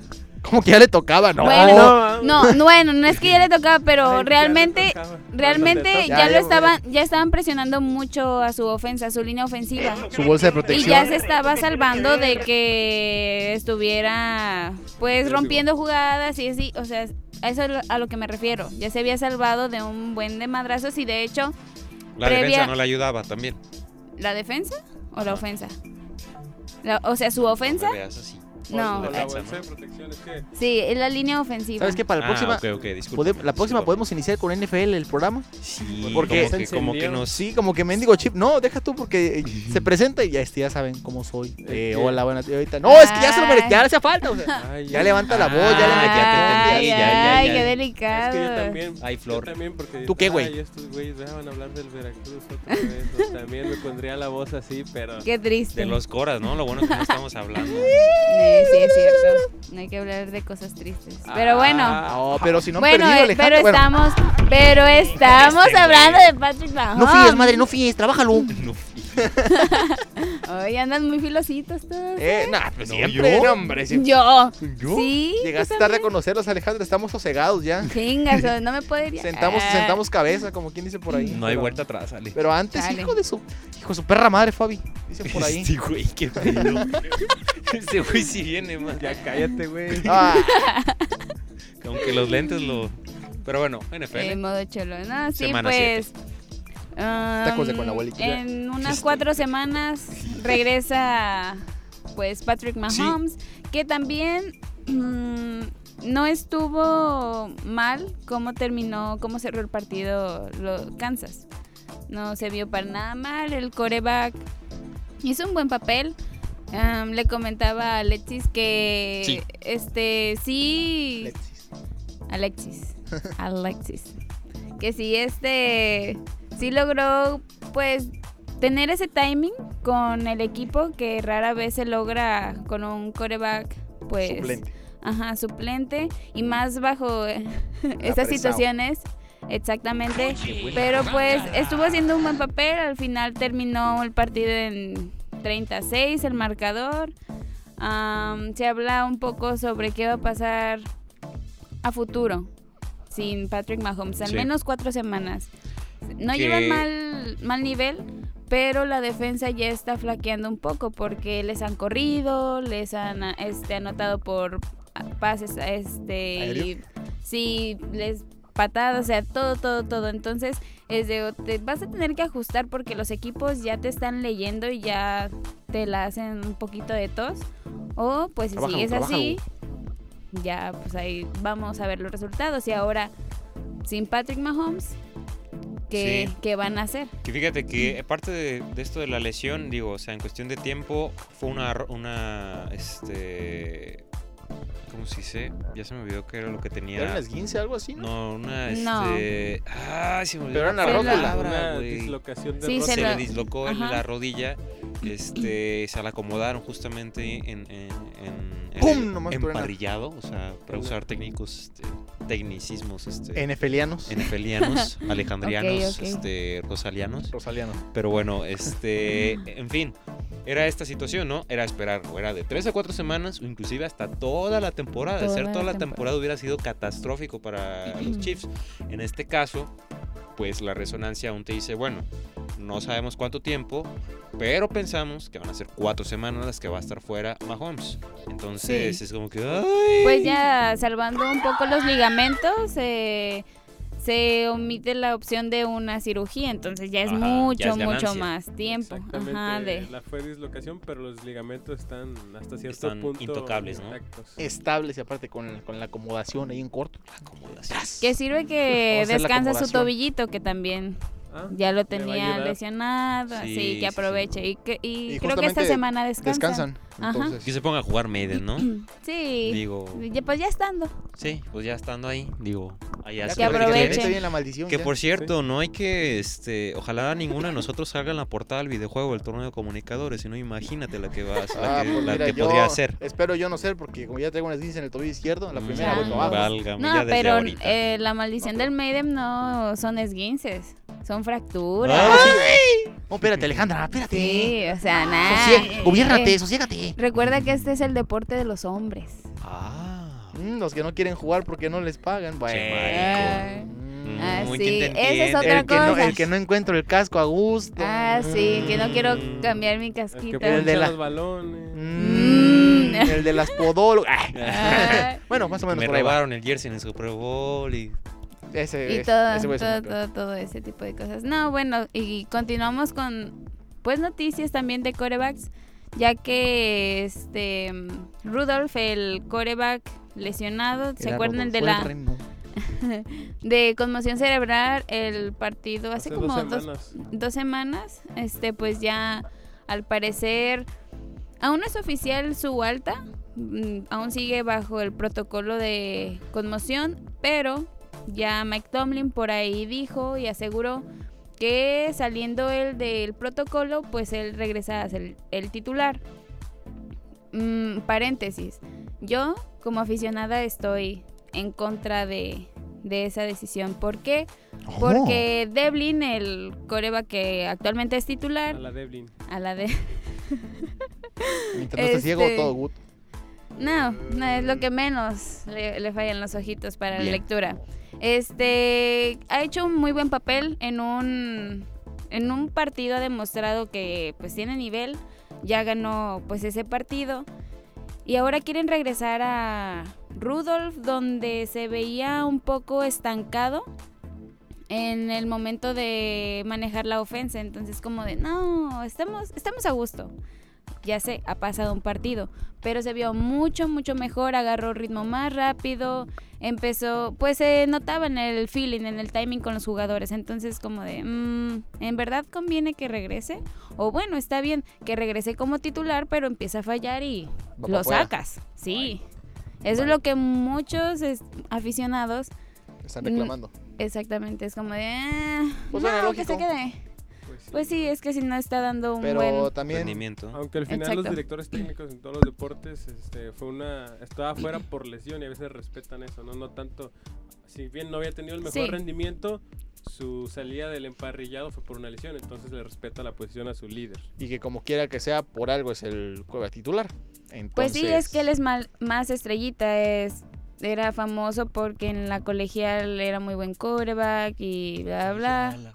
Como que ya le tocaba, no. Ah, Bueno, no, no, bueno, no es que ya le tocaba, pero realmente, realmente ya Ya, ya, lo estaban, ya estaban presionando mucho a su ofensa, a su línea ofensiva. Su bolsa de Y protección. ya se estaba salvando de que estuviera pues rompiendo jugadas y así, o sea, a eso es lo- a lo que me refiero. Ya se había salvado de un buen de madrazos y de hecho La Previa- defensa no le ayudaba también. la defensa o la ofensa. La- o sea, su ofensa. Me veas así. No. Por la Defensa, bolsa de protección, es que. Sí, es la línea ofensiva. ¿Sabes qué? Para la Ah, próxima, ok, ok, disculpa. pode- la próxima podemos iniciar con NFL el programa. Sí, Porque- como que, como que Encendieron. nos... Sí, como que mendigo chip. No, deja tú porque eh, se presenta y ya, este, ya saben cómo soy. Eh, Eh, hola, buenas y ahorita. No, es que ya se lo merece, Ay. ya le hacía falta. o Ah. sea, Ay, ya levanta la voz, ya le Ah, metía. ya te entendí, Ay, ya, ya, ay, ya. qué Es delicado. que yo también. Ay, Flor. Yo también porque ¿Tú qué, güey? Ay, estos güeyes dejaban hablar del Veracruz otra vez. pues, también me pondría la voz así, pero. Qué triste. De los coras, ¿no? Lo bueno es que no estamos hablando. Eh, sí, es cierto. No hay que hablar de cosas tristes. Ah. Pero bueno. Ah, No, pero si no han bueno, perdido, eh, Alejandro. pero bueno, estamos, pero estamos Este hablando güey. de Patrick Mahomes. no fíes, madre, no fíes, trabájalo. No, Ay, andan muy filositos todos. Eh, nah, pues No, siempre, yo. no, hombre. siempre. Yo. ¿Yo? Sí. Llegaste tarde a conocerlos, Alejandro. Estamos sosegados ya. Chingas, no me puedo ir. ya. Sentamos, Ah, sentamos cabeza, como quien dice por ahí. no hay Pero- vuelta atrás, Ale. Pero antes, Chale. hijo de su. Hijo de su perra madre, Fabi. Dicen por ahí. Este güey, qué pedo. Este güey sí viene, man. Ya cállate, güey. Ah, Aunque los lentes lo... Pero bueno, NFL. eh, modo cholo. No, sí, Semana pues. um, Tacos de con la abuelita. En unas cuatro semanas regresa pues Patrick Mahomes, que también mm, no estuvo mal cómo terminó, cómo cerró el partido lo- Kansas. No se vio para nada mal, el coreback hizo un buen papel. Um, le comentaba a Alexis que Sí. este sí Alexis. Alexis. Alexis. Que sí, este. Sí logró, pues, tener ese timing con el equipo que rara vez se logra con un coreback, pues. Suplente. Ajá, suplente. Y más bajo eh, estas Apresado. situaciones. Exactamente. Pero pues estuvo haciendo un buen papel. Al final terminó el partido en 36, el marcador. Am, se habla un poco sobre qué va a pasar a futuro sin Patrick Mahomes, al Sí. menos cuatro semanas. No Que- llevan mal, mal nivel, pero la defensa ya está flaqueando un poco porque les han corrido, les han este, anotado por a- pases a este Aéreo. y- sí, les patadas, o sea, todo, todo, todo. Entonces, es de, o te vas a tener que ajustar porque los equipos ya te están leyendo y ya te la hacen un poquito de tos. O pues si Trabájalo, sigues así, ya pues ahí vamos a ver los resultados. Y ahora, sin Patrick Mahomes, ¿qué, Sí. qué van a hacer? Que fíjate que aparte de, de esto de la lesión, digo, o sea, en cuestión de tiempo, fue una, ro- una, este, ¿cómo se dice? Ya se me olvidó que era lo que ¿Era un tenía. esguince algo así, no? No, una, No. este, ah, se me olvidó. Pero era una la rótula. palabra, Una güey. dislocación de Sí, rostro. Pues Se la- le dislocó en Ajá. la rodilla, este, se la acomodaron justamente en, en, en- en ¡Pum! el Nomás por una- emparrillado, o sea, para usar técnicos, este, tecnicismos, este, NFLianos. NFLianos, alejandrianos, ok. este, rosalianos. Rosalianos. Pero bueno, este, en fin, era esta situación, ¿no? Era esperar, o era de tres a cuatro semanas, o inclusive hasta toda la temporada. De Toda ser la toda la temporada. temporada hubiera sido catastrófico para los Chiefs. En este caso, pues la resonancia aún te dice, bueno, no sabemos cuánto tiempo, pero pensamos que van a ser cuatro semanas las que va a estar fuera Mahomes. Entonces es como que, ¡ay! Pues ya salvando un poco los ligamentos, eh, se omite la opción de una cirugía, entonces ya es Ajá, ya mucho, es ganancia. mucho más tiempo. Exactamente. Ajá, de... La fue dislocación, pero los ligamentos están hasta cierto Están punto. intocables, ¿no? intactos. Eh, Estables y aparte con, con la acomodación ahí en corto. Acomodación. Que sirve que Vamos a hacer la descansa su acomodación. tobillito, que también Ah, ya lo le va a tenía ayudar. lesionado, Sí, así sí, que aproveche. Y, que- y creo que esta justamente semana descansan. descansan, Ajá. entonces. Que se ponga a jugar Maiden, ¿no? Sí. Digo- Ya- pues ya estando. Sí, pues ya estando ahí, digo, ahí Ya así que lo quieren. aprovechen. Está bien la maldición. Que ya. por cierto, no hay que, este, ojalá ninguno de nosotros salga en la portada del videojuego del torneo de comunicadores, sino imagínate la que vas, la Ah, que, pues la mira, que yo podría ser. Espero yo no ser, porque como ya traigo una esguince en el tobillo izquierdo, la primera Ya. vuelta abajo. Válgame, No, ya desde pero ahorita. eh, la maldición del Maiden no son esguinces, son fracturas. Ah, sí. Oh, espérate, Alejandra, espérate. Sí, o sea, nada. Socie- gobiérnate, Eh, sosiégate. Recuerda que este es el deporte de los hombres. Ah, Mm, los que no quieren jugar porque no les pagan. Bueno. Ah, Mm. ah, muy sí, te esa es entiendo. otra el, que no, cosa. el que no encuentro el casco a gusto. Mm. Ah, sí, que no quiero cambiar mi El que casquita. El de poncha la- los balones. Mm, Mm. el de las podólogas. Ah, bueno, más o menos me por ahí va. robaron el jersey en el Super Bowl y Ese, y es- todo, ese güey es un todo, campeón. todo, todo ese tipo de cosas. No, bueno, y continuamos con pues noticias también de corebacks, ya que este Rudolph, el coreback lesionado, ¿se Era acuerdan Rodolfo de el la Reno. de conmoción cerebral el partido hace, Hace como dos dos, semanas. dos semanas, este, pues ya al parecer aún no es oficial su alta, mm, aún sigue bajo el protocolo de conmoción, pero ya Mike Tomlin por ahí dijo y aseguró que saliendo él del protocolo, pues él regresa a ser el titular. Mm, paréntesis, yo como aficionada estoy en contra de, de esa decisión. ¿Por qué? Oh. Porque Devlin, el coreba que actualmente es A titular, la Devlin. a la de... Mientras no esté ciego, Este- todo good. No, no es lo que menos le, le fallan los ojitos para la Bien. lectura. Este ha hecho un muy buen papel en un en un partido ha demostrado que pues tiene nivel, ya ganó pues ese partido y ahora quieren regresar a Rudolf donde se veía un poco estancado en el momento de manejar la ofensa, entonces como de no, estamos estamos a gusto. Ya sé, ha pasado un partido, pero se vio mucho, mucho mejor, agarró ritmo más rápido, empezó, pues se notaba en el feeling, en el timing con los jugadores, entonces como de, mm, ¿en verdad conviene que regrese? O bueno, está bien que regrese como titular, pero empieza a fallar y Va pa' lo afuera. sacas, sí. Eso es lo que muchos es- aficionados, mm, Están reclamando. exactamente, es como de, "Ah, Pues suena no, que se lógico". quede. Pues sí. Pues sí, es que si no está dando un Pero buen... Pues también. rendimiento. Aunque al final los Exacto. directores técnicos en todos los deportes este, fue una estaba fuera por lesión y a veces respetan eso, no no tanto si bien no había tenido el mejor Sí. rendimiento, su salida del emparrillado fue por una lesión, entonces le respeta la posición a su líder. Y que como quiera que sea, por algo es el cueva titular. Entonces, Pues sí, es que él es mal- más estrellita, es era famoso porque en la colegial era muy buen quarterback y bla bla. bla.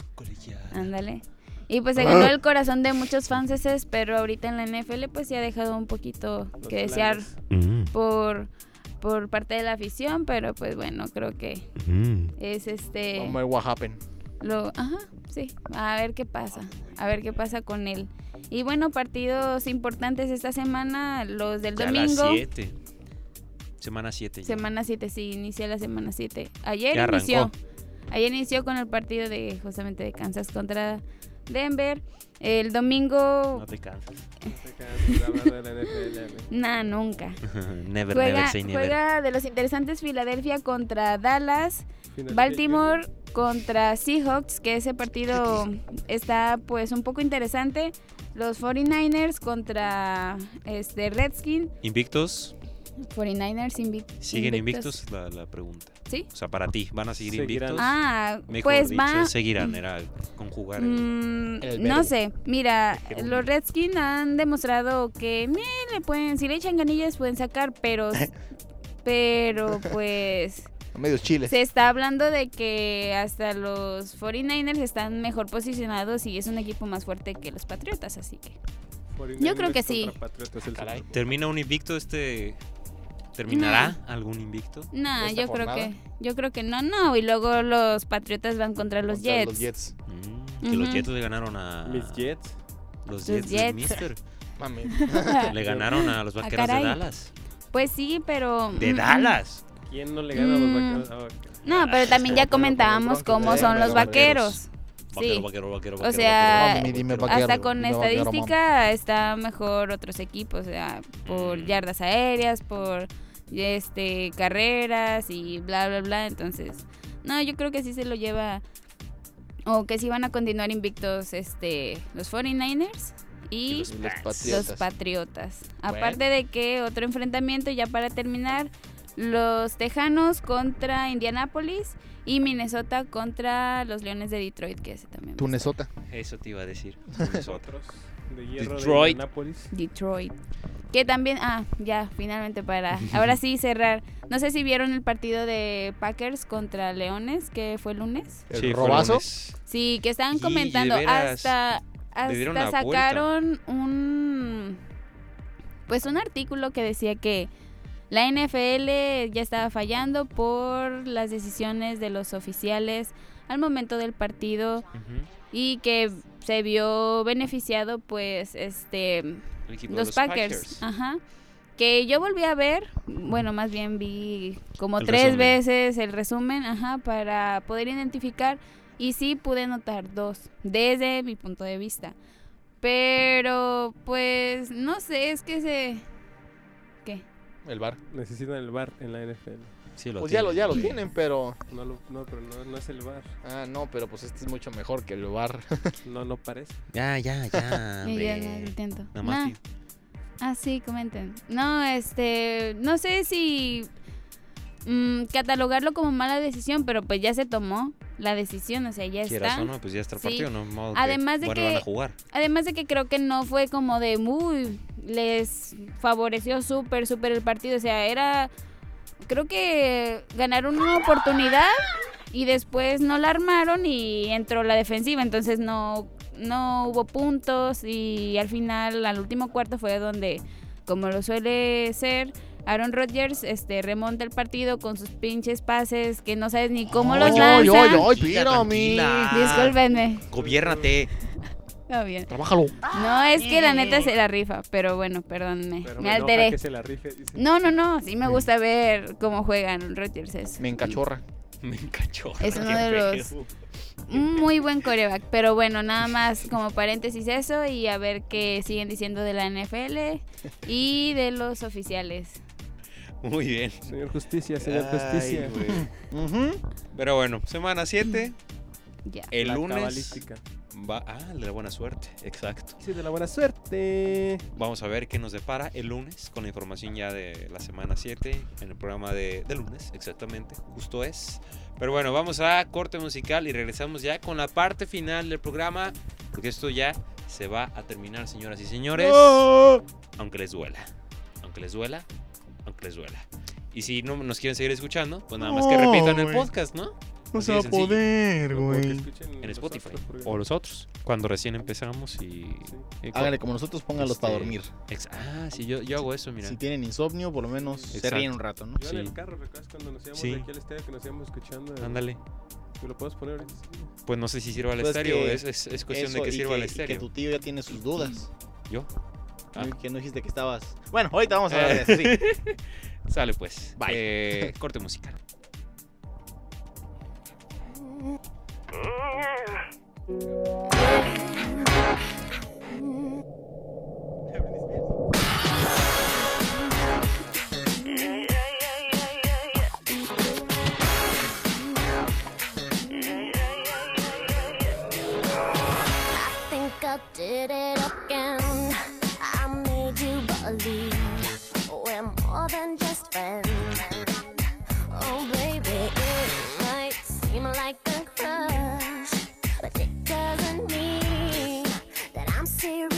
Ándale. Y pues se ganó Ah. el corazón de muchos fanses, pero ahorita en la NFL pues sí ha dejado un poquito Los que desear planes. por por parte de la afición, pero pues bueno, creo que es este Como el what happened. lo, ajá, sí. A ver qué pasa. A ver qué pasa con él. Y bueno, partidos importantes esta semana, los del Ya a las domingo. 7. Semana 7. Semana 7, sí, inició la semana 7. Ayer Ya arrancó. inició. Ayer inició con el partido de justamente de Kansas contra Denver. El domingo, No te cansas. Se cansa de hablar de la NFL. nada, nunca. never, never Juega, say never. juega de los interesantes Filadelfia contra Dallas, Final- Baltimore contra Seahawks, que ese partido está pues un poco interesante. Los 49ers contra este Redskins. ¿Invictos? 49ers invi- ¿Siguen invictos? La, la pregunta. Sí. O sea, para ti, ¿van a seguir Seguirán. invictos? Ah, Mejor pues dicho, va. seguirán, era conjugar. el- Mm, El verbo. no sé, mira, El verbo. los Redskins han demostrado que meh, le pueden, si le echan ganillas pueden sacar, pero pero pues A medios chiles. se está hablando de que hasta los 49ers están mejor posicionados y es un equipo más fuerte que los Patriotas, así que 49ers creo que sí. contra Patriotas, el Caray. Super Bowl. ¿Termina un invicto este? ¿Terminará algún invicto? no, ¿Esta yo jornada? creo que yo creo que no, no, y luego los Patriotas van contra los Contra Jets. Los Jets. Mm, que los Ujú. Jets le ganaron a Mis Jets. los Los Jets, del Jets. Mister. Mami. Le ganaron a los Ah, vaqueros de caray. Dallas. Pues sí, pero De mm, Dallas. ¿Quién no le gana a los Mm. vaqueros? Ah, ok. No, pero también ya comentábamos Broncos, cómo eh, son los los vaqueros. vaqueros. Vaquero, Sí. vaquero, vaquero, O vaquero, sea, vaquero, vaquero, vaquero. hasta con estadística está mejor otros equipos, o sea, por yardas aéreas, por este carreras y bla bla bla, entonces, no, yo creo que sí se lo lleva o que sí van a continuar invictos este los 49ers y, Y los- y los Patriotas. los Patriotas. Bueno. Aparte de que otro enfrentamiento ya para terminar los Tejanos contra Indianápolis y Minnesota contra los Leones de Detroit, que ese también. va a estar. Tunesota. Eso te iba a decir. Otros de hierro Detroit. de Nápoles. Detroit. Que también, ah, ya, finalmente para, ahora sí cerrar. No sé si vieron el partido de Packers contra Leones, que fue el lunes. El Sí, fue robazo. lunes. Sí, que estaban Sí, comentando de veras. hasta, Le dieron hasta la vuelta. sacaron un, pues un artículo que decía que la NFL ya estaba fallando por las decisiones de los oficiales al momento del partido Ujú. y que se vio beneficiado pues este El equipo de los Packers. Ah. Ajá. Que yo volví a ver, bueno, más bien vi como El tres resumen. veces el resumen, ajá, para poder identificar y sí pude notar dos, desde mi punto de vista. Pero, pues, no sé, es que se... ¿Qué? El bar. Necesitan el bar en la NFL. Sí, lo Pues ya lo, ya lo tienen. tienen, pero. No, lo- no, pero no, no es el bar. Ah, no, pero pues este es mucho mejor que el bar. No, no parece. Ya, ya, ya. Y Eh, ya no hombre. intento. Nada más Nah. digo. Ah, sí, comenten. No, este, no sé si mm, catalogarlo como mala decisión, pero pues ya se tomó la decisión, o sea, ya Quieras está. o no, pues ya está el Sí. partido, ¿no? Modo Además de bueno, van a que- jugar. Además de que creo que no fue como de muy les favoreció súper, súper el partido. O sea, era. Creo que ganaron una oportunidad y después no la armaron y entró la defensiva. Entonces no, no hubo puntos y al final, al último cuarto, fue donde, como lo suele ser. Aaron Rodgers este, remonta el partido con sus pinches pases que no sabes ni cómo los Oy, lanza. oy, oy, Tranquila, pero mi. tranquila. Discúlpenme. Gobiérnate. Está bien. Trabájalo. No, es que la neta se la rifa, pero bueno, perdónenme, Pero me enoja alteré. que se la rife. dice. No, no, no, sí me gusta ver cómo juegan Rodgers. Es Mm. Me encachorra. Me encachó. Es uno qué de feo. los- un muy buen coreback, pero bueno, nada más como paréntesis eso y a ver qué siguen diciendo de la NFL y de los oficiales. Muy bien. Señor Justicia, señor Justicia. Pero bueno, semana 7, Ya. el La lunes. cabalística. Va, ah, el de la buena suerte, exacto. Sí, de la buena suerte. Vamos a ver qué nos depara el lunes con la información ya de la semana 7 en el programa de, de lunes, exactamente, justo es. Pero bueno, vamos a corte musical y regresamos ya con la parte final del programa, porque esto ya se va a terminar, señoras y señores, aunque les duela, aunque les duela, aunque les duela. Y si no nos quieren seguir escuchando, pues nada más que No, repitan el güey. podcast, ¿no? No se Así de va a sencillo. poder, Porque güey. escuchen En los Spotify otros programas. o los otros, cuando recién empezamos y... Sí. y cu- Háganle como nosotros, póngalos para Este, dormir. ex- Ah, sí, yo, yo hago eso, mira. Si tienen insomnio, por lo menos se Exacto. ríen un rato, ¿no? Yo en Sí. el carro, ¿recuerdas cuando nos íbamos Sí. de aquí al estadio que nos íbamos escuchando? Ándale. ¿Me lo puedes poner ahorita? Pues no sé si sirva el Pues estéreo. que Es, es, es cuestión Eso, de que y sirva el y Que estéreo. tu tío ya tiene sus dudas. ¿Yo? Ah. Eh. Que no dijiste que estabas. Bueno, ahorita vamos a hablar de eso, sí. Sale pues. Bye. Eh, corte musical. think I did it again. I made you believe we're more than just friends. Oh, baby, it might seem like a crush, but it doesn't mean that I'm serious.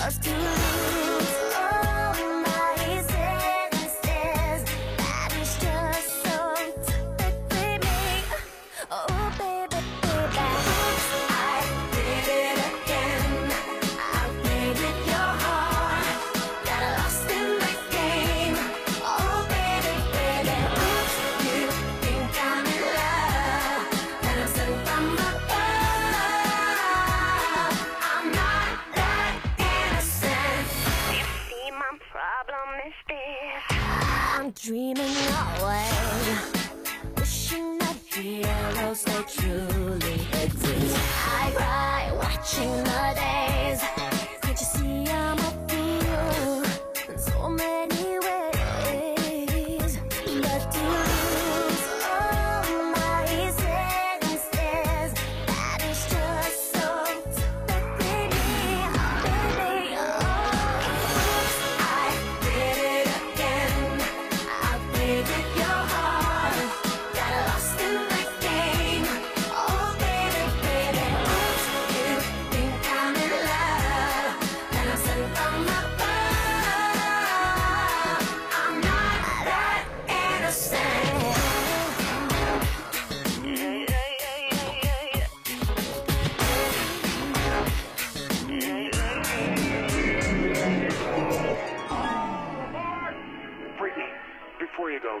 'Cause to lose all my senses, that is just so typically me. Oh, baby, baby. I did it again. I needed your heart. Got lost in the game. Oh, baby, baby. You think I'm in love. And I'm sent from above. I'm not that innocent. You see, my problem is this. I'm dreaming away wishing that heroes were true. watching nowadays. Can't you see I'm a fool in so many ways? But to lose all my senses, that is just so typically me, baby. Oh, I did it again. I played with your heart. Got lost in the game. Oh, baby, baby, oops, you think I'm in love, and I'm sent from above. I'm not that innocent. Brittany, before you go,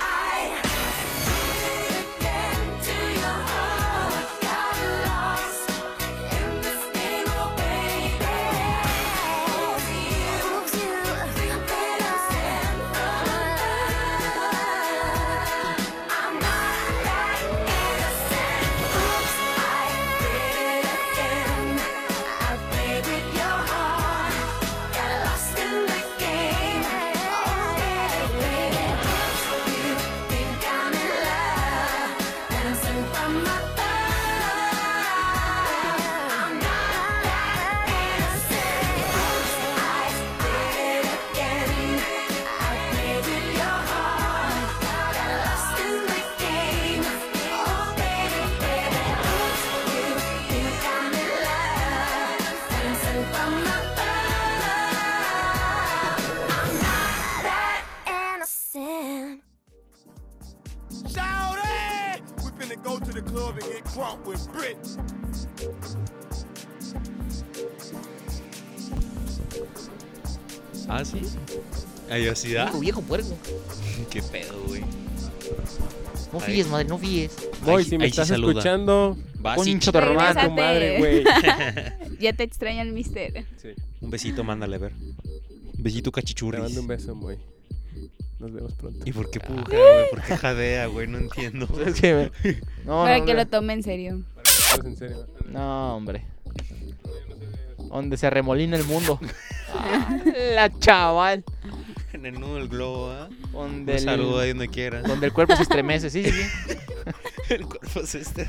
I did it again to your heart. Got lost in this game, oh baby. Oops, you think that I'm sent from above. I'm not that innocent. Oops, I did it again. I played with your heart. Got lost in the game. Oh, baby, baby. You think I'm in love, and I'm sent from above. I'm not that innocent. I did it again. I played with your heart. Got lost in the game. Oh, baby, baby. You think I'm in love, and I'm sent from above. I'm not that innocent. Shouty! We finna go to the club and get drunk with Brit. Ah, sí. Ahí así da. Viejo, viejo puerco. Qué pedo, güey. No Ahí. fíes, madre, no fíes. Voy, Ahí- si me ahí sí estás saluda. escuchando, Va, un sí. hincho de romano, Regrésate. madre, güey. ya te extraña el mister. Un besito, mándale a ver. Un besito Te cachichurris. mando un beso, muy. Nos vemos pronto. ¿Y por qué Ah. puja, güey? ¿Por qué jadea, güey? No entiendo. Es que me- No, Para no, que no. lo tome en serio. En serio. No, hombre. Donde se remolina el mundo. La chaval. En el nudo del globo, ¿ah? Donde Un el- saludo ahí donde quiera. Donde el cuerpo se estremece, sí, sí, sí. El cuerpo es este.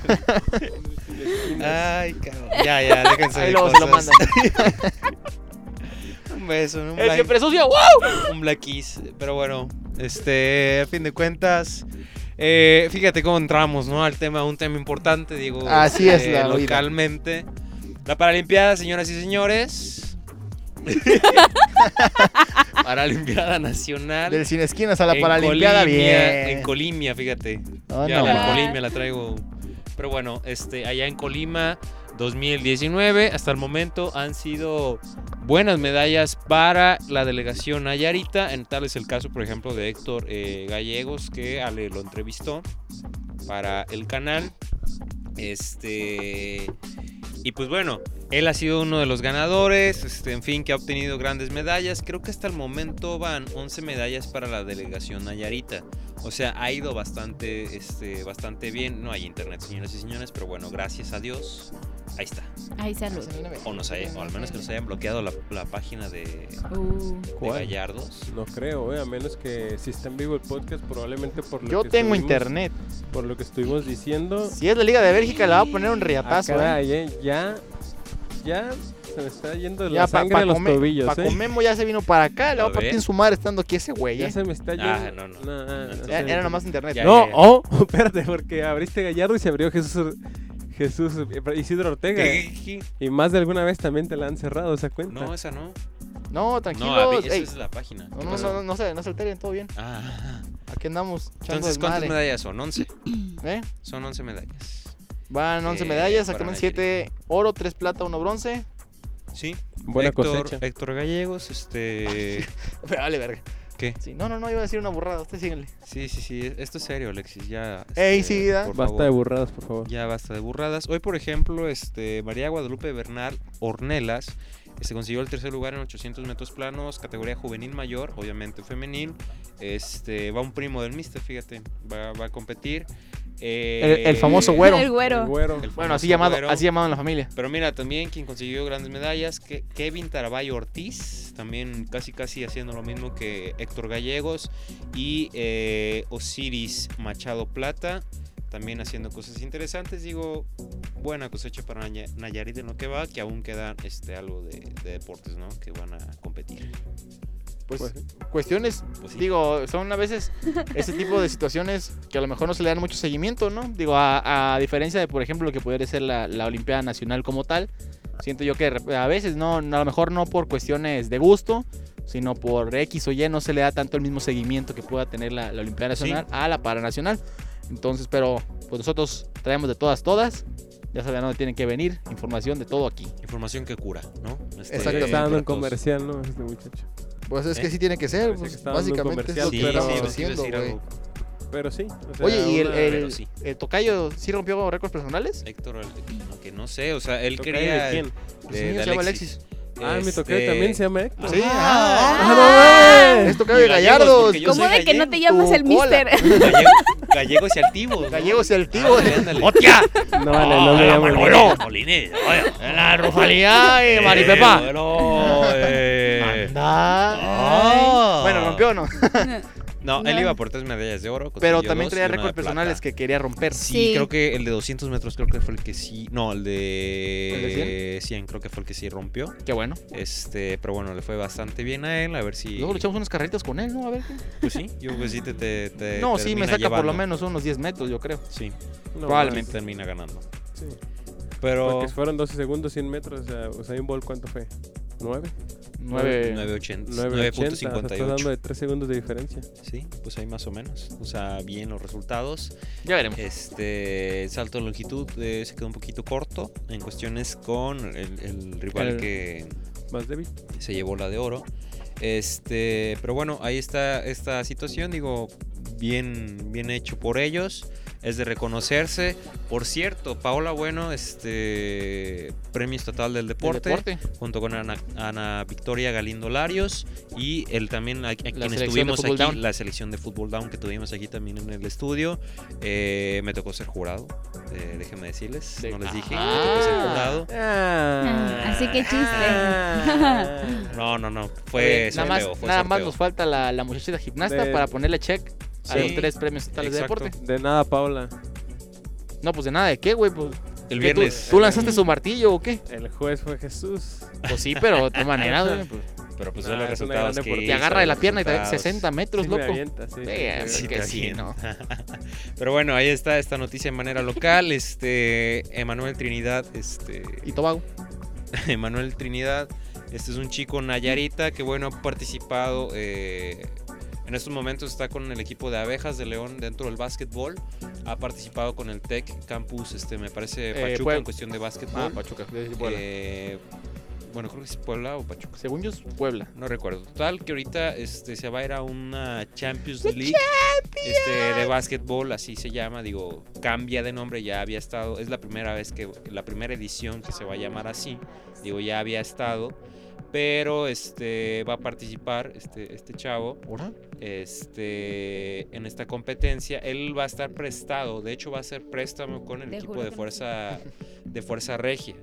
Ay, cabrón. Ya, ya, déjense Ahí de luego se lo cosas. mandan. un beso, un El black- siempre sucio, ¡wow! Un black kiss. Pero bueno, este, a fin de cuentas. eh, fíjate cómo entramos, ¿no? Al tema, un tema importante, digo. Así es eh, la vida. Localmente. La Paralimpiada, señoras y señores. Paralimpiada Nacional. Del sin esquinas a la En Paralimpiada, Colimia, bien. En Colimia, fíjate. Ah, ya no la más. Colimia la traigo. Pero bueno, este, allá en Colima 2019, hasta el momento han sido buenas medallas para la delegación Nayarita. En tal es el caso, por ejemplo, de Héctor eh, Gallegos, que Ale lo entrevistó para el canal. Este. Y pues bueno, él ha sido uno de los ganadores, este, en fin, que ha obtenido grandes medallas. Creo que hasta el momento van 11 medallas para la delegación Nayarita. O sea, ha ido bastante, este, bastante bien. No hay internet, señoras y señores, pero bueno, gracias a Dios. Ahí está. Ay, salud. O, nos haya- o al menos que nos hayan bloqueado la, la página de, Uh. de ¿Cuál? Gallardos. No creo, eh, a menos que si está en vivo el podcast, probablemente por lo Yo que tengo estuvimos- internet. Por lo que estuvimos diciendo. Si es la Liga de Bélgica, la va a poner un riatazo. Ah, eh. caray, eh, Ya, ya se me está yendo la Ya, pa- sangre pa a los come- tobillos, Paco eh. Memo ya se vino para acá, le va A a ver. partir en su madre estando aquí ese güey. Ya eh. se me está yendo. Ah, no, no. no, no, Ya, se me- era nomás internet. Ya, No, ya, ya. oh, espérate, porque abriste Gallardo y se abrió Jesús. Jesús Isidro Ortega. ¿Qué, qué, qué? Y más de alguna vez también te la han cerrado esa cuenta. No, esa no. No, No, a ver, tranquilo. esa es la página. No, ¿Qué no, pasó? no, no, no se, no se alteren, todo bien. Ah. Aquí andamos. echando Entonces, ¿cuántas desmadre. medallas son? 11. ¿Eh? Son 11 medallas. Van 11 Eh, para medallas, sacaron Nayarit. 7 oro, 3 plata, 1 bronce. Sí. Buena Héctor, cosecha. Héctor Gallegos, este. Pero vale, verga. ¿Qué? Sí, no, no, no, iba a decir una burrada. Usted síguele. Sí, sí, sí, esto es serio, Alexis, ya... Ey, este, sí, ¿eh? da. por Basta de favor. burradas, por favor. Ya basta de burradas. Hoy, por ejemplo, este, María Guadalupe Bernal Ornelas eh, se consiguió el tercer lugar en 800 metros planos, categoría juvenil mayor, obviamente femenil. Este, va un primo del Mister, fíjate, va, va a competir. Eh, El- el famoso Uh. güero. El güero. El güero. El Bueno, famoso así llamado, güero. así llamado en la familia. Pero mira, también quien consiguió grandes medallas, que Kevin Taraballo Ortiz, también casi casi haciendo lo mismo que Héctor Gallegos y eh, Osiris Machado Plata, también haciendo cosas interesantes. Digo, buena cosecha para Naya- Nayarit en lo que va, que aún quedan este, algo de, de deportes, ¿no? Que van a competir. Pues, Pues sí. cuestiones, Pues sí. digo, son a veces ese tipo de situaciones que a lo mejor no se le dan mucho seguimiento, ¿no? Digo, a, a diferencia de, por ejemplo, lo que pudiera ser la, la Olimpiada Nacional como tal, siento yo que de rep- a veces no, no, a lo mejor no por cuestiones de gusto, sino por X o Y no se le da tanto el mismo seguimiento que pueda tener la, la Olimpiada Sí. Nacional a la Paranacional. Entonces, pero pues nosotros traemos de todas, todas. Ya saben a dónde tienen que venir, información de todo aquí. Información que cura, ¿no? Este, Exactamente. Está dando para un todos. comercial, ¿no? Este muchacho. Pues es ¿Eh? que sí tiene que ser, Parece pues, que está dando un básicamente es lo comercial, que Sí, sí, pero- estamos pues, quiero haciendo, decir güey. algo. Pero sí. o sea, Oye, ¿y el, una- el- pero sí. el tocayo sí rompió récords personales? Héctor, el- que no sé, o sea, él ¿Tocayo quería... de quién? Pues, de- Sí, de se llama Alexis. Ah, mi tocayo Este, también se llama Héctor. Sí, Ah. ah, no mames. Es tocayo Y de gallegos, Gallardos. porque yo ¿Cómo soy de que no gallego, te llamas el tu cola. mister? Gallego, gallegos y altivos. ¿no? Gallegos y altivos. Ándale, ándale. ¡Hostia! Ah, No, vale, este, no me llamo Manolo. Molines, oye. La rufalidad, eh, Eh, Maripepa. bueno, eh. Ah. Anda. Bueno, rompió o no. Pues No, él No. iba por tres medallas de oro. Pero consiguió también dos y traía una de récords plata. personales que quería romper. Sí, Sí. creo que el de 200 metros creo que fue el que sí. No, el de, ¿El de 100? creo que fue el que sí rompió. Qué bueno. Este, pero bueno, le fue bastante bien a él. A ver si. Luego luchamos unos carreritos con él, ¿no? A ver. qué- Pues sí, yo creo que sí te. te- te No, sí, termina me saca por llevando. lo menos unos 10 metros, yo creo. Sí, No, probablemente termina ganando. Sí. Pero. Porque fueron 12 segundos, 100 metros. O sea, Usain Bolt, ¿cuánto fue? ¿9? 9. 9.80, 9.80. O sea, estás 9.58. dando de 3 segundos de diferencia. Sí, pues ahí más o menos. O sea, bien los resultados. Ya veremos. Este el salto de longitud eh, se quedó un poquito corto en cuestiones con el, el rival El- que Más débil. se llevó la de oro. Este, pero bueno, ahí está esta situación. Digo, bien, bien hecho por ellos. Es de reconocerse. Por cierto, Paola Bueno, este premio estatal del El deporte, deporte. junto con Ana, Ana Victoria Galindo Larios y el también a, a quien selección de estuvimos fútbol aquí, down. la selección de fútbol down que tuvimos aquí también en el estudio. Eh, me tocó ser jurado, eh, déjenme decirles, De- no les dije, me tocó ser jurado. Mm, Ah. Ah, Así que chiste. Ah. No, no, no, Oye, fue Eh, nada sorteo, más, fue nada más sorteo. nos falta la, la muchachita gimnasta De- para ponerle check a Sí. los tres premios estatales de Exacto. deporte. De nada, Paula. No, pues de nada, ¿de qué, güey? Pues, El ¿qué tú- viernes. ¿Tú, lanzaste su martillo o qué? El juez fue Jesús. Pues sí, pero de manera, ¿eh? güey. pues. Pero pues Nah, son los es una gran resultados que deportista. te agarra de la pierna y te da resultados. 60 metros, Sí me loco. avienta, sí, sí, Eh, sí. Sí, que te sí, siento. ¿no? Pero bueno, ahí está esta noticia en manera local. Este Emanuel Trinidad, este Y Tobago. Emanuel Trinidad, este es un chico Nayarita que bueno ha participado eh, en estos momentos está con el equipo de abejas de León dentro del básquetbol. Ha participado con el Tech Campus, este me parece Eh, Pachuca Puebla. en cuestión de básquetbol. Ah, Pachuca. Eh, bueno, creo que es Puebla o Pachuca. Según yo, es Puebla. No recuerdo. Total, que ahorita este, se va a ir a una Champions League este, de básquetbol, así se llama. Digo, cambia de nombre, ya había estado. Es la primera vez que, la primera edición que se va a llamar así. Digo, ya había estado. Pero este, va a participar este, este chavo ¿Ahora? este, en esta competencia. Él va a estar prestado, de hecho va a ser préstamo con el Te equipo juro de que no. fuerza, de fuerza regia.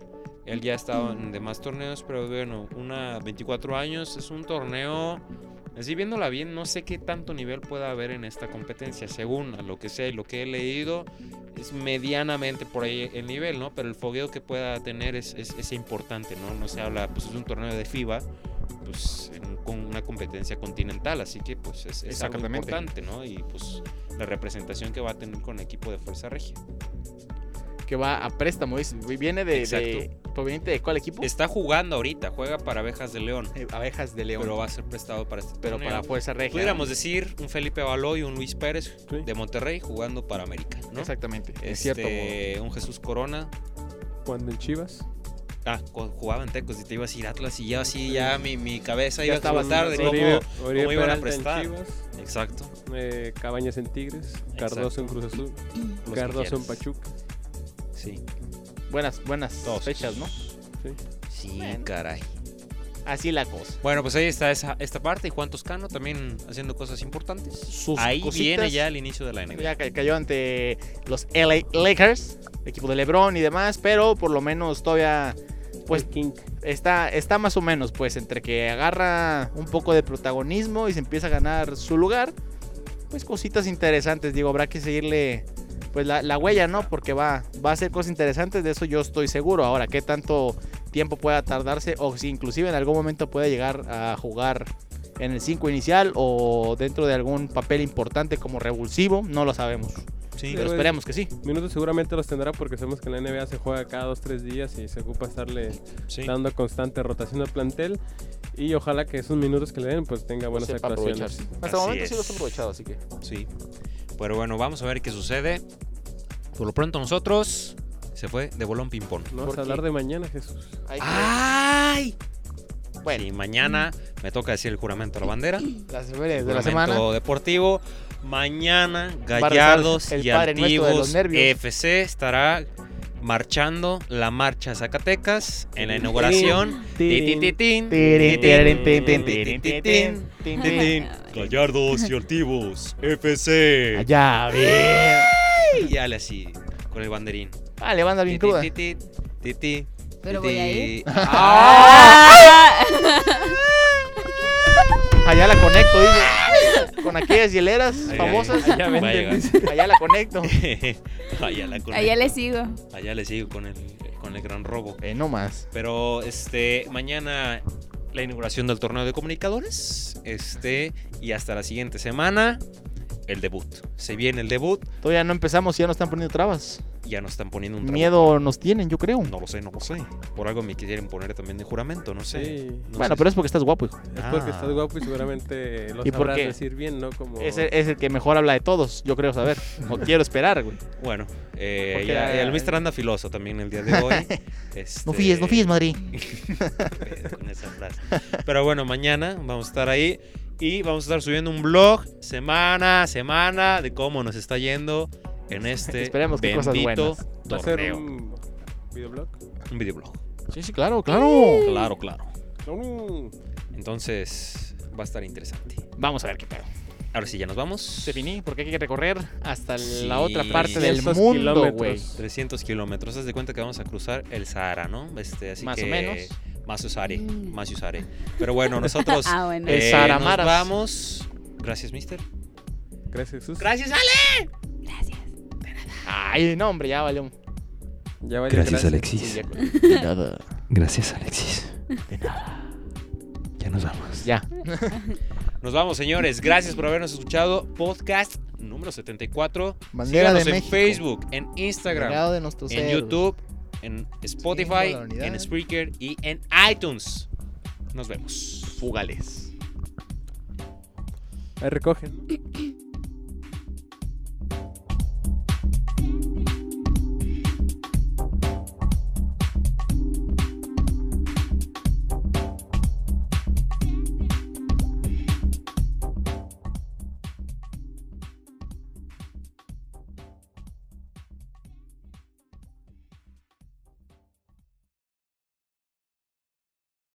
Él ya ha estado en demás torneos, pero bueno, una 24 años es un torneo. Así viéndola bien, no sé qué tanto nivel pueda haber en esta competencia. Según a lo que sé y lo que he leído, es medianamente por ahí el nivel, ¿no? Pero el fogueo que pueda tener es, es, es importante, ¿no? No se habla, pues es un torneo de FIBA, pues en- con una competencia continental, así que pues es, es algo Exactamente. importante, ¿no? Y pues la representación que va a tener con el equipo de Fuerza Regia. Que va a préstamo. es- Viene de, de. Exacto. ¿Proveniente de cuál equipo? Está jugando ahorita, juega para Abejas de León, Eh, Abejas de León. pero Pero, va a ser prestado para este torneo. para Fuerza Regia. Pudiéramos decir un Felipe Baloy, un Luis Pérez Sí. de Monterrey jugando para América, ¿no? Exactamente. Este, Es cierto. un Jesús Corona Cuando en Chivas. Ah, cu- jugaban tecos y te iba a ir Atlas y ya así, ya mi, mi cabeza iba Ya a estaba explotar de Oribe- cómo, Oribe cómo iban a Peralta en prestar. Chivas. Exacto. Eh, Cabañas en Tigres, Exacto. Cardoso en Cruz Azul, Los que Cardoso en quieras. Pachuca. Sí. Buenas, buenas Dos. fechas, ¿no? Sí. Sí, caray. Así la cosa. Bueno, pues ahí está esa, esta parte. Y Juan Toscano también haciendo cosas importantes. Sus ahí cositas. viene ya el inicio de la NBA. Ya ca- cayó ante los LA Lakers, equipo de LeBron y demás, pero por lo menos todavía pues está está más o menos pues entre que agarra un poco de protagonismo y se empieza a ganar su lugar, pues cositas interesantes, digo, habrá que seguirle pues la, la huella, ¿no? Porque va va a ser cosas interesantes, de eso yo estoy seguro. Ahora, qué tanto tiempo pueda tardarse o si inclusive en algún momento puede llegar a jugar en el 5 inicial o dentro de algún papel importante como revulsivo, no lo sabemos. pero Pero esperemos es- que sí. Minutos seguramente los tendrá porque sabemos que en la NBA se juega cada dos, tres días y se ocupa estarle dando constante rotación al plantel. Y ojalá que esos minutos que le den pues tenga buenas sepa actuaciones. aprovecharse. Hasta el momento sí los han aprovechado, así que. Sí. Pero bueno, vamos a ver qué sucede. Por lo pronto nosotros se fue de bolón ping pong. No vamos a hablar de mañana, Jesús. Ah. ¡Ay! Bueno. Y mañana me toca decir el juramento a la bandera. Las efemérides de la Juramento semana. deportivo. Mañana a rezar Gallardos el y Padre Nuestro de los Antiguos nervios. FC estará marchando la marcha a Zacatecas en la inauguración. Ti, ti, ti, tin, ti, tin, ti, tin, ti, tin. Gallardos y Antiguos FC. Allá, bien. Y ya le así, con el banderín. Ah, le banda Ti, ti, bien cruda. ti, ti, ti, ti, Pero ti, voy a ti. ir. ¡Ah! Allá la conecto, dice. Con aquellas hieleras Ahí, ahí, famosas. ahí va a llegar. Allá la conecto. Allá la conecto. Allá le sigo. Allá le sigo con el, con el gran robo. Eh, no más. Pero este mañana la inauguración del torneo de comunicadores. Este y hasta la siguiente semana el debut. Se viene el debut. Todavía no empezamos y ya nos están poniendo trabas. Ya nos están poniendo un trabo. Miedo nos tienen, yo creo. No lo sé, no lo sé. Por algo me quisieron poner también de juramento, no sé. Sí. No bueno, sé pero es porque estás guapo, hijo. Es porque Ah. estás guapo y seguramente lo ¿Y por sabrás qué? decir bien, ¿no? Como... Es el, es el que mejor habla de todos, yo creo saber. o quiero esperar, güey. si- Bueno, eh, Porque, ya- eh, el mister anda filoso también el día de hoy. Este- No fíes, no fíes, Madrid. con esa frase. Pero bueno, mañana vamos a estar ahí y vamos a estar subiendo un blog semana a semana de cómo nos está yendo en este Esperemos que cosas bendito buenas. ¿Va a ser torneo. Un... un videoblog? videoblog. Sí, sí, claro, claro. Claro, claro. No. Entonces va a estar interesante. Vamos a ver qué pedo. Ahora sí, ya nos vamos. Se finí, porque hay que recorrer hasta Sí. la otra parte del 300 mundo, kilómetros. güey. 300 kilómetros. Haz de cuenta que vamos a cruzar el Sahara, ¿no? Este, así Más o que, menos. Más usaré, más usaré. Pero bueno, nosotros Mm. Ah, bueno. eh, El nos Saharamaras. vamos. Gracias, mister. Gracias, Jesús. Gracias, Ale. Ay, no, hombre, ya valió. Ya vaya, Gracias, Alexis. De nada. Gracias, Alexis. De nada. Ya nos vamos. Ya. Nos vamos, señores. Gracias por habernos escuchado. Podcast número 74. Bandera Síganos de en México. Facebook, en Instagram, Legado de nuestros en héroes. YouTube, en Spotify, Siguiendo la unidad. en Spreaker y en iTunes. Nos vemos. Fugales. Ahí recogen.